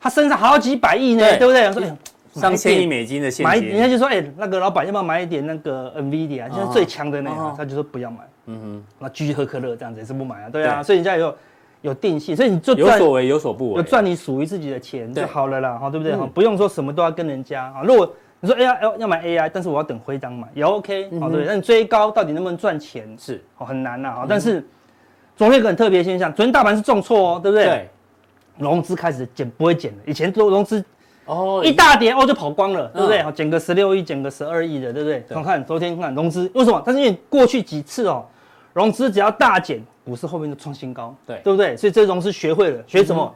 Speaker 5: 他身上好几百亿呢
Speaker 2: 对，
Speaker 5: 对不对？我说哎呦
Speaker 2: 上千亿美金的现
Speaker 5: 买一，人家
Speaker 2: 金，
Speaker 5: 就说哎、那个老板要不要买一点那个 NVIDIA，现在啊最强的那
Speaker 2: 哦
Speaker 5: 个，他就说不要买，
Speaker 2: 嗯
Speaker 5: 那继续喝可乐这样子也是不买啊，对啊，
Speaker 2: 对
Speaker 5: 所以人家有有定性，所以你就
Speaker 2: 哼，有
Speaker 5: 赚
Speaker 2: 所为有所不为，
Speaker 5: 有赚你属于自己的钱
Speaker 2: 对
Speaker 5: 就好了啦，哈，对不对？哈
Speaker 2: 嗯
Speaker 5: 不用说什么都要跟人家啊。如果你说 AI 要要买 AI，但是我要等回档买，也 OK，好、对不对。那你追高到底能不能赚钱？
Speaker 2: 嗯是，嗯
Speaker 5: 好很难呐，哈。但是昨天有一个很特别的现象，昨天大盘是重挫哦，对不对？
Speaker 2: 对，
Speaker 5: 融资开始减，不会减了。以前都融资
Speaker 2: 哦
Speaker 5: 一大跌哦就跑光了，对不对？
Speaker 2: 嗯
Speaker 5: 好减个十六亿，减个十二亿的，对不对？我看昨天看融资为什么？但是因为过去几次哦，融资只要大减，股市后面就创新高，
Speaker 2: 对嗯
Speaker 5: 对不对？所以这融资学会了，学什么？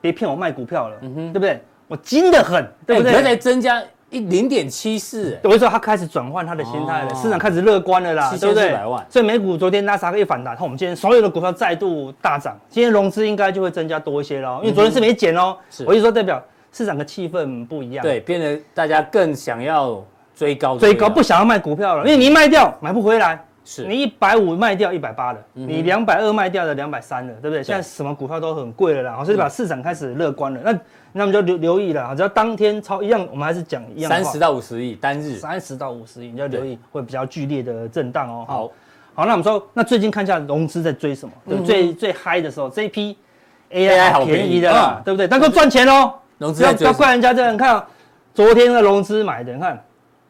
Speaker 5: 别骗我卖股票了，对不对？我精得很，
Speaker 2: 对
Speaker 5: 对不
Speaker 2: 不对？
Speaker 5: 对？
Speaker 2: 再增加一零点七四，哎
Speaker 5: 我就说他开始转换他的心态了，
Speaker 2: 哦
Speaker 5: 市场开始乐观了啦，
Speaker 2: 7400
Speaker 5: 对不对
Speaker 2: 万？
Speaker 5: 所以美股昨天纳斯达克一反弹，我们今天所有的股票再度大涨，今天融资应该就会增加多一些喽，因为昨天是没减哦。
Speaker 2: 嗯是
Speaker 5: 我就说代表市场的气氛不一样，，
Speaker 2: 对，变得大家更想要追高的
Speaker 5: 所以
Speaker 2: 味道，
Speaker 5: 搞不想要卖股票了，因为你一卖掉买不回来，
Speaker 2: 嗯是嗯
Speaker 5: 你一百五卖掉一百八了，你两百二卖掉了两百三了，对不对？现在什么股票都很贵了啦，好
Speaker 2: 嗯
Speaker 5: 所以代表市场开始乐观了。那那我们就留留意了，只要当天超一样，我们还是讲一样的
Speaker 2: 三
Speaker 5: 话
Speaker 2: 十到五十亿单日，
Speaker 5: 啊三十到五十亿，你要留意会比较剧烈的震荡哦。
Speaker 2: 好，
Speaker 5: 好，那我们说，那最近看一下融资在追什么？对不对，最最嗨的时候，这一批
Speaker 2: AI
Speaker 5: AI
Speaker 2: 嗯好
Speaker 5: 好
Speaker 2: 便宜
Speaker 5: 便宜的啦
Speaker 2: 嗯，
Speaker 5: 对不对？能够赚钱哦，
Speaker 2: 融
Speaker 5: 不
Speaker 2: 资
Speaker 5: 要
Speaker 2: 在
Speaker 5: 不
Speaker 2: 追
Speaker 5: 要
Speaker 2: 什么，
Speaker 5: 怪人家这样。你看哦，昨天的融资买的，你看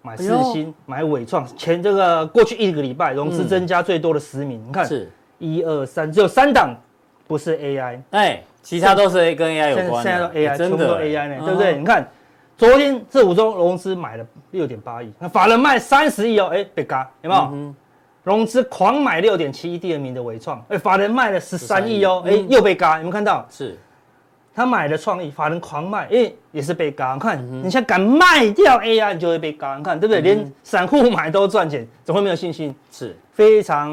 Speaker 5: 买
Speaker 2: 哎
Speaker 5: 四
Speaker 2: 呦
Speaker 5: 星、买伟创，前这个过去一个礼拜融资增加最多的十名，你看
Speaker 2: 是，
Speaker 5: 一二三，只有三档不是 AI，
Speaker 2: 哎，其他都是跟 AI
Speaker 5: 现
Speaker 2: 有
Speaker 5: 在现
Speaker 2: 关的，
Speaker 5: 在都 AI，
Speaker 2: 哎
Speaker 5: 全部都 AI 呢，对不？对？
Speaker 2: 嗯
Speaker 5: 你看昨天这五周融资买了六点八亿，那法人卖三十亿哦，哎，被嘎，有没有？融资狂买六点七亿，第二名的伟创，哎，法人卖了十三亿哦，哎，又被嘎，有没有看到？
Speaker 2: 是，
Speaker 5: 他买了创意，法人狂卖，哎，也是被嘎。你看，你现在敢卖掉 AI，你就会被嘎，你看对不对？连散户买都赚钱，怎么会没有信心？
Speaker 2: 是，
Speaker 5: 非常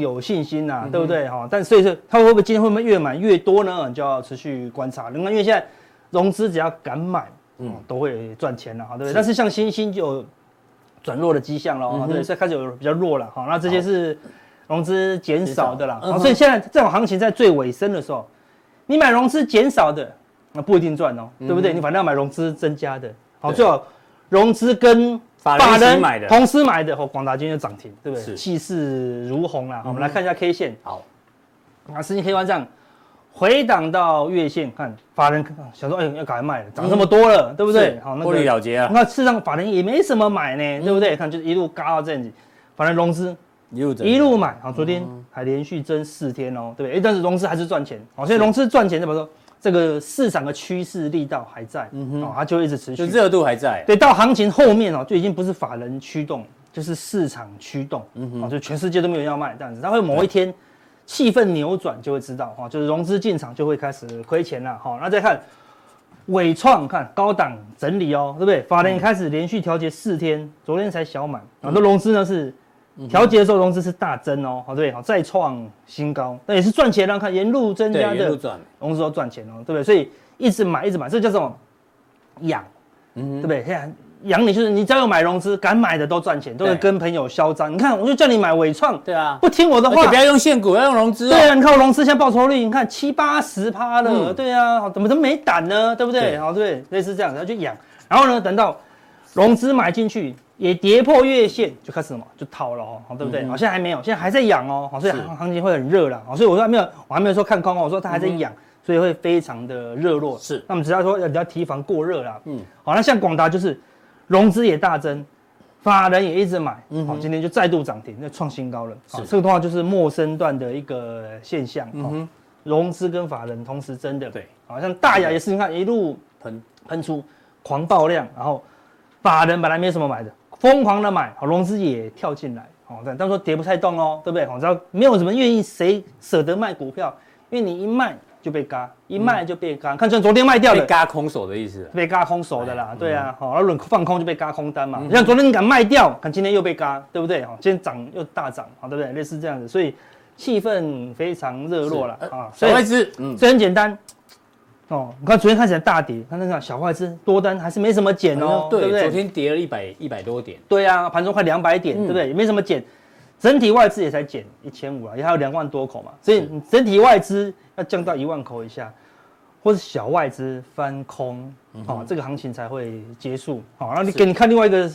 Speaker 5: 有信心呐、啊
Speaker 2: 嗯
Speaker 5: 对不对？哈、但所以说它会不会今天会不会越买越多呢？你就要持续观察。另外，因为现在融资只要敢买，嗯，都会赚钱了，哈，对不对？但是像新兴就有转弱的迹象
Speaker 2: 嗯
Speaker 5: 了，哈，对，所以开始有比较弱了，哈。那这些是融资减少的啦，
Speaker 2: 减少嗯
Speaker 5: 好所以现在这种行情在最尾声的时候，你买融资减少的，那不一定赚哦，对不对？你反正要买融资增加的，
Speaker 2: 嗯
Speaker 5: 好，
Speaker 2: 对
Speaker 5: 最好融资跟
Speaker 2: 法人一起买的
Speaker 5: 同公司买的，哦，广达今天就涨停，对不
Speaker 2: 是
Speaker 5: 对？气势如虹啦。我们来看一下 K 线，
Speaker 2: 嗯好，
Speaker 5: 啊，四星 K 线这样回档到月线，看法人啊想说，哎、要赶快卖了，涨这么多了，对不对
Speaker 2: 嗯是？
Speaker 5: 好，
Speaker 2: 获利了结啊，嗯
Speaker 5: 那事实上法人也没什么买呢，对不对？看就是一路高到这样子，法人融资
Speaker 2: 一路整
Speaker 5: 一路买，好，昨天
Speaker 2: 嗯
Speaker 5: 还连续增四天哦，对不对？哎但是融资还是赚钱，好，所以融资赚钱怎么说？这个市场的趋势力道还在，哦，它就一直持
Speaker 2: 嗯
Speaker 5: 续
Speaker 2: 就。热度还在，啊
Speaker 5: 对，到行情后面哦，就已经不是法人驱动，就是市场驱动，哦，就全世界都没有人要卖这样子，它会某一天气氛扭转，就会知道哈、哦，就是融资进场就会开始亏钱了哈、哦。那再看伟创，看高档整理哦，对不对？法人也开始连续调节四天，昨天才小满，然后融资呢是。调节的时候融资是大增哦，好对，好再创新高，那也是赚钱啊，看沿路增
Speaker 2: 对，
Speaker 5: 加
Speaker 2: 一路
Speaker 5: 的
Speaker 2: 转，
Speaker 5: 融资都赚钱哦，对不对？所以一直买，一直买，这叫什么？养，
Speaker 2: 嗯
Speaker 5: 对不对？现在养你就是你只要有买融资，敢买的都赚钱，都会
Speaker 2: 对
Speaker 5: 跟朋友嚣张。你看，我就叫你买伟创，
Speaker 2: 对啊，
Speaker 5: 不听我的
Speaker 2: 而且
Speaker 5: 话
Speaker 2: 不。要用现股，要用融资哦，
Speaker 5: 对啊，你看我融资现在报酬率，你看七八十趴了，
Speaker 2: 嗯
Speaker 5: 对啊，好怎么都没胆呢，对不
Speaker 2: 对
Speaker 5: 对？好，对，类似这样，然后就养，然后呢，等到融资买进去也跌破月线，就开始什么就套了哦，好，对不对？好，现在还没有，现在还在养哦，好，所以
Speaker 2: 嗯是
Speaker 5: 行行情会很热啦，好，哦所以我说还没有，我还没有说看空哦，我说它还在养，所以会非常的热络。
Speaker 2: 是
Speaker 5: 那我们只要说要要提防过热啦。
Speaker 2: 嗯
Speaker 5: 嗯，好，那像广达就是融资也大增，法人也一直买，好、今天就再度涨停，那创新高了。好，这个的话就是陌生段的一个现象，哦融资跟法人同时增的，
Speaker 2: 对，
Speaker 5: 好像大雅也是，你看一路
Speaker 2: 喷
Speaker 5: 喷出狂爆量，然后法人本来没什么买的，疯狂的买，好，哦融资也跳进来，好，但但说跌不太动哦，对不对？好，只要没有什么愿意谁舍得卖股票，因为你一卖就被嘎，一卖就被嘎，看像昨天卖掉
Speaker 2: 被
Speaker 5: 的，
Speaker 2: 嘎嗯空手的意思啊，
Speaker 5: 被嘎空手的啦，对啊，好，那轮放空就被嘎空
Speaker 2: 嗯
Speaker 5: 单嘛。像昨天你敢卖掉，看今天又被嘎，对不对？好，今天涨又大涨，好，对不对？类似这样子，所以气氛非常热络了啊。所
Speaker 2: 呃小
Speaker 5: 以
Speaker 2: 外资，嗯，
Speaker 5: 这很简单。哦，你看昨天看起来大跌，看那个小外资多单还是没什么减哦，对不
Speaker 2: 哎对，
Speaker 5: 对？
Speaker 2: 昨天跌了一百一百多点，
Speaker 5: 对啊，盘中快两百点，对不
Speaker 2: 嗯
Speaker 5: 对？也没什么减，整体外资也才减一千五啊，也还有两万多口嘛，所以你整体外资要降到一万口以下，或是小外资翻空，
Speaker 2: 嗯
Speaker 5: 哦，这个行情才会结束。好、哦，然后你给你看另外一个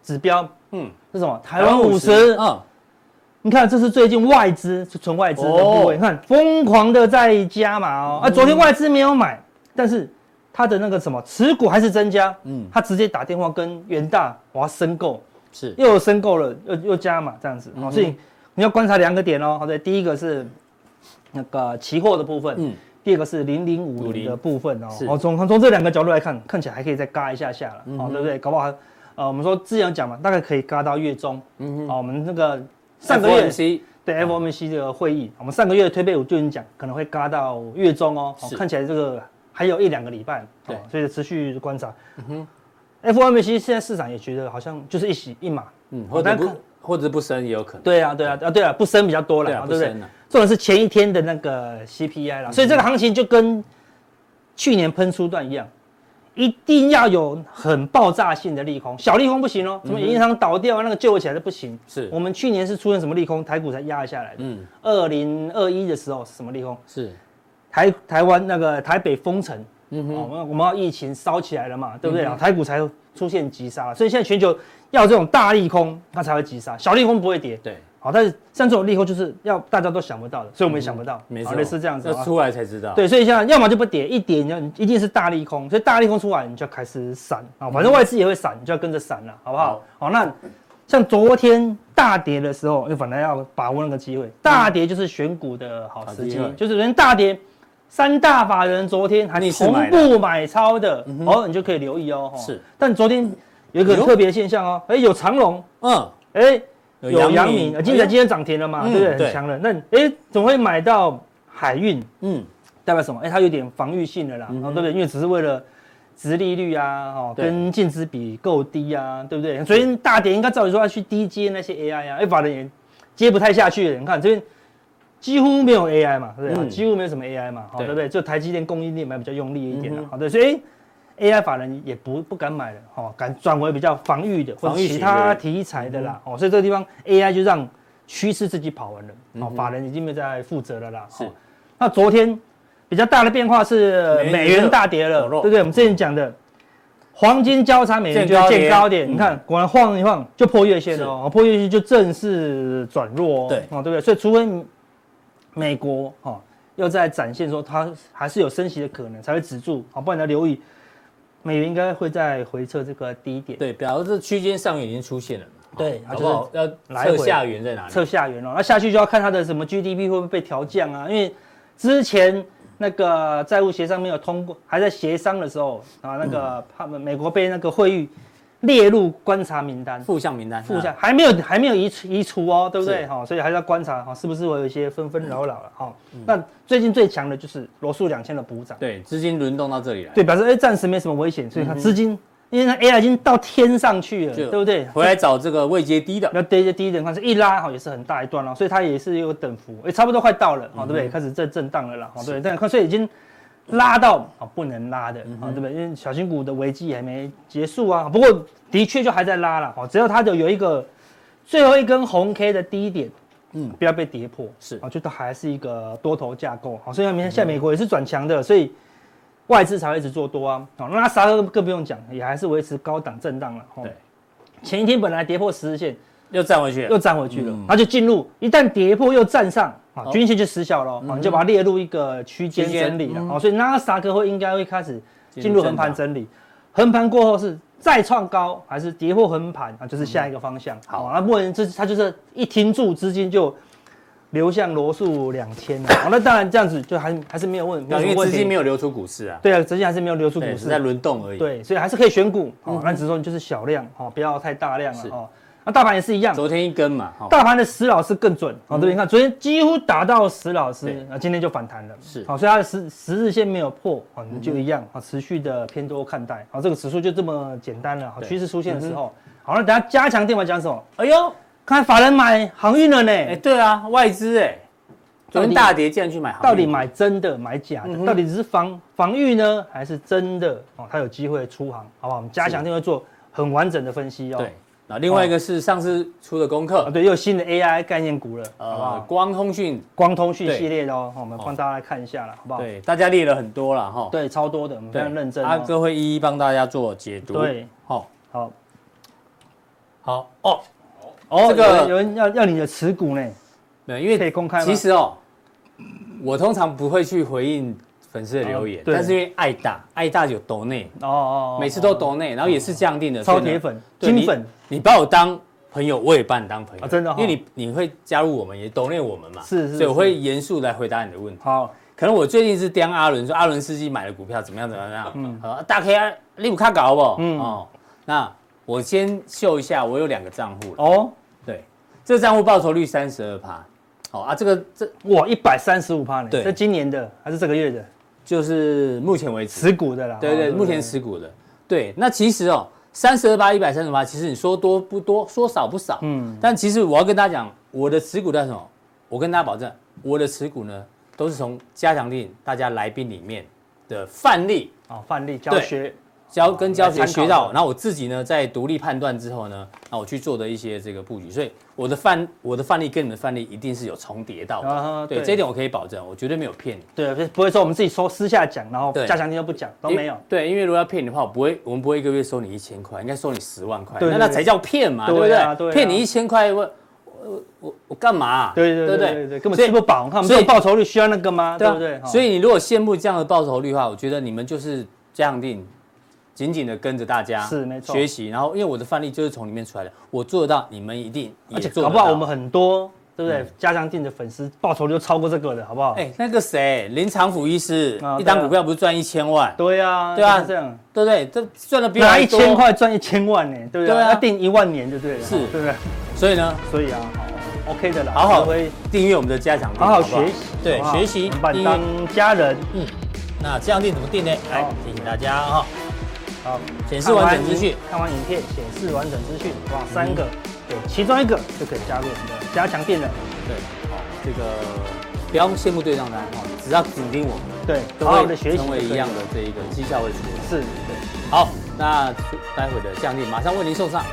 Speaker 5: 指标
Speaker 2: 嗯，
Speaker 5: 是什么？台湾五十，
Speaker 2: 嗯，
Speaker 5: 你看这是最近外资是纯外资的部
Speaker 2: 哦
Speaker 5: 位，你看疯狂的在加码哦，啊，昨天外资没有买，但是。它的那个什么持股还是增加，
Speaker 2: 嗯
Speaker 5: 嗯，他直接打电话跟元大，我要申购，
Speaker 2: 是
Speaker 5: 又有申购了，又又加码这样子，哦好，所以你要观察两个点哦。好的，第一个是那个期货的部分，
Speaker 2: 嗯
Speaker 5: 第二个是零零五零的部分哦
Speaker 2: 是。
Speaker 5: 哦，从从这两个角度来看，看起来还可以再嘎一下下了，哦，对不对？搞不好还，呃，我们说之前有讲嘛，大概可以嘎到月中，嗯，哦，我们那个上个月
Speaker 2: FOMC
Speaker 5: 对 FOMC 的会议，我们上个月的推背我就已经讲，可能会嘎到月中哦，哦
Speaker 2: 是
Speaker 5: 看起来这个还有一两个礼拜，
Speaker 2: 对嗯
Speaker 5: 哦所以持续观察。 FOMC 现在市场也觉得好像就是一喜一马，
Speaker 2: 嗯，或者
Speaker 5: 但
Speaker 2: 不
Speaker 5: 看
Speaker 2: 或者不升也有可能。
Speaker 5: 对啊，对啊，啊，对啊，不升比较多了
Speaker 2: 对啊
Speaker 5: 嘛，对不对
Speaker 2: 不升啊？嗯
Speaker 5: 重点是前一天的那个 CPI 啦，所以这个行情就跟去年喷出段一样，一定要有很爆炸性的利空，小利空不行哦，什么银行倒掉啊那个救不起来的不行。
Speaker 2: 嗯是
Speaker 5: 我们去年是出现什么利空，台股才压得下来的。
Speaker 2: 嗯，
Speaker 5: 二零二一的时候是什么利空？
Speaker 2: 是，
Speaker 5: 台台湾那个台北封城，
Speaker 2: 嗯
Speaker 5: 哦，
Speaker 2: 哼，嗯
Speaker 5: 我们我们要疫情烧起来了嘛，对不对？台股才出现急杀，所以现在全球要有这种大利空，它才会急杀，小利空不会跌。
Speaker 2: 对，
Speaker 5: 好，但是像这种利空就是要大家都想不到的，所以我们也想不到，
Speaker 2: 嗯没
Speaker 5: 好
Speaker 2: 错，
Speaker 5: 类似这样子
Speaker 2: 要
Speaker 5: 啊。
Speaker 2: 出来才知道。，
Speaker 5: 对，所以像要么就不跌，一跌你就一定是大利空，所以大利空出来你就开始闪啊，
Speaker 2: 嗯
Speaker 5: 反正外资也会闪，你就要跟着闪了，好不好？好，那像昨天大跌的时候，就反正要把握那个机会，大跌就是选股的好时机
Speaker 2: 嗯好机会，
Speaker 5: 就是人大跌。三大法人昨天还
Speaker 2: 逆势
Speaker 5: 同
Speaker 2: 买的嗯
Speaker 5: 步买超的，哦，你就可以留意哦。吼
Speaker 2: 是，
Speaker 5: 但昨天有一个
Speaker 2: 哎
Speaker 5: 很
Speaker 2: 呦
Speaker 5: 特别的现象哦，哎，有长龙，
Speaker 2: 嗯，
Speaker 5: 哎，
Speaker 2: 有
Speaker 5: 有
Speaker 2: 阳
Speaker 5: 阳
Speaker 2: 明
Speaker 5: 明，呃
Speaker 2: 哎
Speaker 5: 今
Speaker 2: 呦
Speaker 5: 天今天涨停了嘛，
Speaker 2: 嗯
Speaker 5: 对不对？
Speaker 2: 对
Speaker 5: 很强了。那哎，怎么会买到海运？
Speaker 2: 嗯，
Speaker 5: 代表什么？哎，它有点防御性的啦，哦对不对？因为只是为了殖利率啊，哦，
Speaker 2: 对
Speaker 5: 跟净值比够低啊，对不对？昨天大跌，应该照理说要去低接那些 AI 啊，哎，法人也接不太下去了。你看这边几乎没有 AI 嘛，对不对？
Speaker 2: 嗯
Speaker 5: 几乎没有什么 AI 嘛，好，哦
Speaker 2: 对
Speaker 5: 对不对？就台积电供应链买比较用力一点
Speaker 2: 嗯
Speaker 5: 了
Speaker 2: 哼，
Speaker 5: 好对，所以。AI 法人也不不敢买了，哦，敢转为比较防御的或者
Speaker 2: 防御
Speaker 5: 其
Speaker 2: 型
Speaker 5: 他
Speaker 2: 的嗯
Speaker 5: 题材的啦，哦，所以这个地方 AI 就让趋势自己跑完了，哦，法人已经没有在负责了啦，
Speaker 2: 嗯是
Speaker 5: 哦那昨天比较大的变化是呃
Speaker 2: 美
Speaker 5: 美
Speaker 2: 元
Speaker 5: 元大跌了，
Speaker 2: 走
Speaker 5: 对
Speaker 2: 弱
Speaker 5: 不对？我们之前讲的黄金交叉美元就
Speaker 2: 见高点
Speaker 5: 见高点，
Speaker 2: 嗯
Speaker 5: 你看果然晃一晃就破月线了哦，破月线就正式转弱哦，
Speaker 2: 对
Speaker 5: 哦，对不对？所以除非美美国哦又在展现说它还是有升息的可能，才会止住，哦好，不然你要留意美元应该会再回撤这个低点，
Speaker 2: 对，表示这区间上缘已经出现了嘛。
Speaker 5: 对它
Speaker 2: 好不
Speaker 5: 就是
Speaker 2: 好？要
Speaker 5: 来
Speaker 2: 测
Speaker 5: 回
Speaker 2: 下缘在哪里？
Speaker 5: 测下缘了、那下去就要看它的什么 GDP 会不会被调降啊？因为之前那个债务协商没有通过，还在协商的时候啊，那
Speaker 2: 嗯
Speaker 5: 个他们美国被那个会议列入观察名单，
Speaker 2: 负向名单，
Speaker 5: 附下
Speaker 2: 啊
Speaker 5: 还没有还没有移除移除哦，对不对？
Speaker 2: 是
Speaker 5: 哈、所以还是要观察哈、哦是不是会有一些纷纷扰扰了哈、那最近最强的就是罗素两千的补
Speaker 2: 嗯
Speaker 5: 涨，
Speaker 2: 对资金轮动到这里来，
Speaker 5: 对，表示哎暂时没什么危险，所以它资金、因为它 AI 已经到天上去了，
Speaker 2: 就
Speaker 5: 对不对？
Speaker 2: 回来找这个位阶低的，
Speaker 5: 那第一第一等看是一拉哈，也是很大一段了，所以它也是有等幅，哎、差不多快到了，好、对不
Speaker 2: 嗯
Speaker 5: 对？开始在震荡了啦，好、对不对，但看所以已经拉到啊、好不能拉的，
Speaker 2: 嗯
Speaker 5: 啊、对不对？因为小型股的危机还没结束啊，不过的确就还在拉了，好、只要它有有一个最后一根红 K 的低点。嗯，不要被跌破，
Speaker 2: 是嗯
Speaker 5: 啊、就它还是一个多头架构，好、所以明现在美国也是转强的，所以外资才会一直做多啊，好、那纳斯达克更不用讲，也还是维持高档震荡了，哦
Speaker 2: 对，
Speaker 5: 前一天本来跌破十日线，
Speaker 2: 又站回去了
Speaker 5: 又。站回去了，
Speaker 2: 嗯
Speaker 5: 它就进入一旦跌破又站上啊，均线就失效了哦，
Speaker 2: 嗯
Speaker 5: 啊你就把它列入一个区间整理了啊，所以纳斯达克会应该会开始进入横盘整理，横盘过后是再创高还是跌破横盘啊，就是下一个方
Speaker 2: 嗯
Speaker 5: 向。好，那目前这它就是一停住资金就。流向罗素两千了，好，那当然这样子就还还是没有问，没有什
Speaker 2: 啊因
Speaker 5: 么
Speaker 2: 为
Speaker 5: 问
Speaker 2: 资金没
Speaker 5: 题。
Speaker 2: 有流出股市啊，
Speaker 5: 对啊，资金还是没有流出股
Speaker 2: 对，
Speaker 5: 市
Speaker 2: 是，在轮动而已。，
Speaker 5: 对，所以还是可以选股，哦，那只是说你就是小量，哦，不要太大量了
Speaker 2: 是，
Speaker 5: 哦。那大盘也是一样，
Speaker 2: 昨天一根嘛，哈，
Speaker 5: 大盘的石老师更准，好、对，你看昨天几乎打到石老师
Speaker 2: 嗯对，
Speaker 5: 啊，今天就反弹了，
Speaker 2: 是嗯
Speaker 5: 好、所以它的十十日线没有破，好、你就一样，好、持续的偏多看待，好、这个指数就这么简单了，好、
Speaker 2: 对嗯
Speaker 5: 趋势出现的时候，好，那等下加强电完讲什么？
Speaker 2: 哎呦，
Speaker 5: 看法人买航运了呢，
Speaker 2: 哎，对啊，外资哎，昨天大跌竟然去买航运股，
Speaker 5: 到底买真的买假
Speaker 2: 嗯
Speaker 5: 的？到底只是防防御呢，还是真的？哦，它有机会出航，好不好？我们加强电会做很完整的分析哦，
Speaker 2: 对，那另外一个是上次出的功
Speaker 5: 啊，
Speaker 2: 课，
Speaker 5: 对，又有新的 AI 概念股了，好不
Speaker 2: 呃
Speaker 5: 好，？
Speaker 2: 光通讯，
Speaker 5: 光通讯
Speaker 2: 对
Speaker 5: 系列的哦，好我们帮大家来看一下了，好不好？
Speaker 2: 对，大家列了很多了哈，
Speaker 5: 哦对，超多的，我们非常认真、
Speaker 2: 阿
Speaker 5: 哦。
Speaker 2: 哦啊哥会一一帮大家做解读。
Speaker 5: 对，
Speaker 2: 好，
Speaker 5: 好，
Speaker 2: 好哦，
Speaker 5: 哦，
Speaker 2: 这个
Speaker 5: 有人有人要要你的持股呢，
Speaker 2: 没有，因为
Speaker 5: 可以公开吗
Speaker 2: 其实哦，我通常不会去回应粉丝的留言
Speaker 5: 哦，对
Speaker 2: 但是因为爱大，爱大有抖内，
Speaker 5: 哦哦，哦哦
Speaker 2: 每次都抖内，然后也是这样定的，
Speaker 5: 超
Speaker 2: 所以呢
Speaker 5: 铁粉、
Speaker 2: 对
Speaker 5: 金粉，
Speaker 2: 你，你把我当朋友，我也把你当朋友，
Speaker 5: 啊真的哦
Speaker 2: 因为你你会加入我们，也抖内我们嘛，
Speaker 5: 是是
Speaker 2: 所以我
Speaker 5: 是
Speaker 2: 会严肃来回答你的问题。
Speaker 5: 好，
Speaker 2: 可能我最近是盯阿伦说阿伦司机买的股票怎么样怎么样，嗯，呃，大 K 啊，你有看搞好不好？
Speaker 5: 嗯
Speaker 2: 哦，那我先秀一下，我有两个账户了，
Speaker 5: 哦，
Speaker 2: 对，这个账户报酬率三十二趴，好啊，这个这
Speaker 5: 哇，一百三十五趴呢，
Speaker 2: 对
Speaker 5: 这今年的还是这个月的
Speaker 2: 就是目前为止，
Speaker 5: 持股的啦，
Speaker 2: 对
Speaker 5: 哦
Speaker 2: 对，目前持股的，对，那其实哦，三十二八一百三十八，其实你说多不多，说少不少，嗯，但其实我要跟大家讲，我的持股在什么？我跟大家保证，我的持股呢都是从加强令大家来宾里面的范例
Speaker 5: 啊，范例教学
Speaker 2: 教跟教
Speaker 5: 哦来
Speaker 2: 学
Speaker 5: 参考
Speaker 2: 学到，
Speaker 5: 的
Speaker 2: 然后我自己呢在独立判断之后呢，那我去做的一些这个布局，所以我的范我的范例跟你们的范例一定是有重叠到的，
Speaker 5: 啊哈
Speaker 2: 对
Speaker 5: 对
Speaker 2: 这一点我可以保证，我绝对没有骗你。
Speaker 5: 对，不会说我们自己说私下讲，然后
Speaker 2: 对
Speaker 5: 加强力都不讲，都
Speaker 2: 因
Speaker 5: 没有。
Speaker 2: 对，因为如果要骗你的话，我不会，我们不会一个月收你一千块，应该收你十万块，
Speaker 5: 对
Speaker 2: 那
Speaker 5: 对
Speaker 2: 那
Speaker 5: 对
Speaker 2: 才叫骗嘛，
Speaker 5: 对
Speaker 2: 不对
Speaker 5: 啊？对啊
Speaker 2: 骗你一千块，我我我我干嘛啊？
Speaker 5: 对对
Speaker 2: 不
Speaker 5: 对对对，根本吃
Speaker 2: 所以
Speaker 5: 不饱。看我们
Speaker 2: 所
Speaker 5: 这
Speaker 2: 以
Speaker 5: 种报酬率需要那个吗？
Speaker 2: 对
Speaker 5: 对
Speaker 2: 啊
Speaker 5: 不对？哦哈
Speaker 2: 所以你如果羡慕这样的报酬率的话，我觉得你们就是这样定，紧紧的跟着大家
Speaker 5: 是没错
Speaker 2: 学习。然后因为我的范例就是从里面出来的，我做得到，你们一定也
Speaker 5: 而且
Speaker 2: 做
Speaker 5: 搞
Speaker 2: 得
Speaker 5: 不好
Speaker 2: 到嗯
Speaker 5: 我们很多，对不对？加强定的粉丝报酬率都超过这个的，好不好？
Speaker 2: 哎，那个谁林长甫医师
Speaker 5: 啊对啊
Speaker 2: 一单股票不是赚一千万，
Speaker 5: 对啊，
Speaker 2: 对啊
Speaker 5: 就是这样
Speaker 2: 对不对？这赚的比我
Speaker 5: 拿
Speaker 2: 还
Speaker 5: 一
Speaker 2: 多
Speaker 5: 千，块赚一千万呢，对
Speaker 2: 对
Speaker 5: 不对？
Speaker 2: 啊
Speaker 5: 要定一万年就对了，哦
Speaker 2: 是
Speaker 5: 对不对？
Speaker 2: 所以呢，
Speaker 5: 所以啊，OK 的啦，
Speaker 2: 好好
Speaker 5: 我们会
Speaker 2: 订阅我们的加强定，
Speaker 5: 好好
Speaker 2: 不
Speaker 5: 学习，
Speaker 2: 对
Speaker 5: 好不，好
Speaker 2: 学习
Speaker 5: 我们把
Speaker 2: 订
Speaker 5: 你
Speaker 2: 阅
Speaker 5: 当。家人，
Speaker 2: 嗯，那这样定怎么定呢？来
Speaker 5: 好
Speaker 2: 提醒大家哈、
Speaker 5: 好，
Speaker 2: 显示完整资讯嗯
Speaker 5: 看完影片显示完整资讯，哇，三个，对，其中一个就可以加入我们的加强店了，
Speaker 2: 对，好、这个不要羡慕对账单哈、只要指定我们，
Speaker 5: 对，
Speaker 2: 都
Speaker 5: 好好的
Speaker 2: 会
Speaker 5: 学习就
Speaker 2: 成
Speaker 5: 可
Speaker 2: 为
Speaker 5: 以了，
Speaker 2: 一样的这一个绩效会出现。
Speaker 5: 是，对。
Speaker 2: 好，那待会的降定马上为您送上。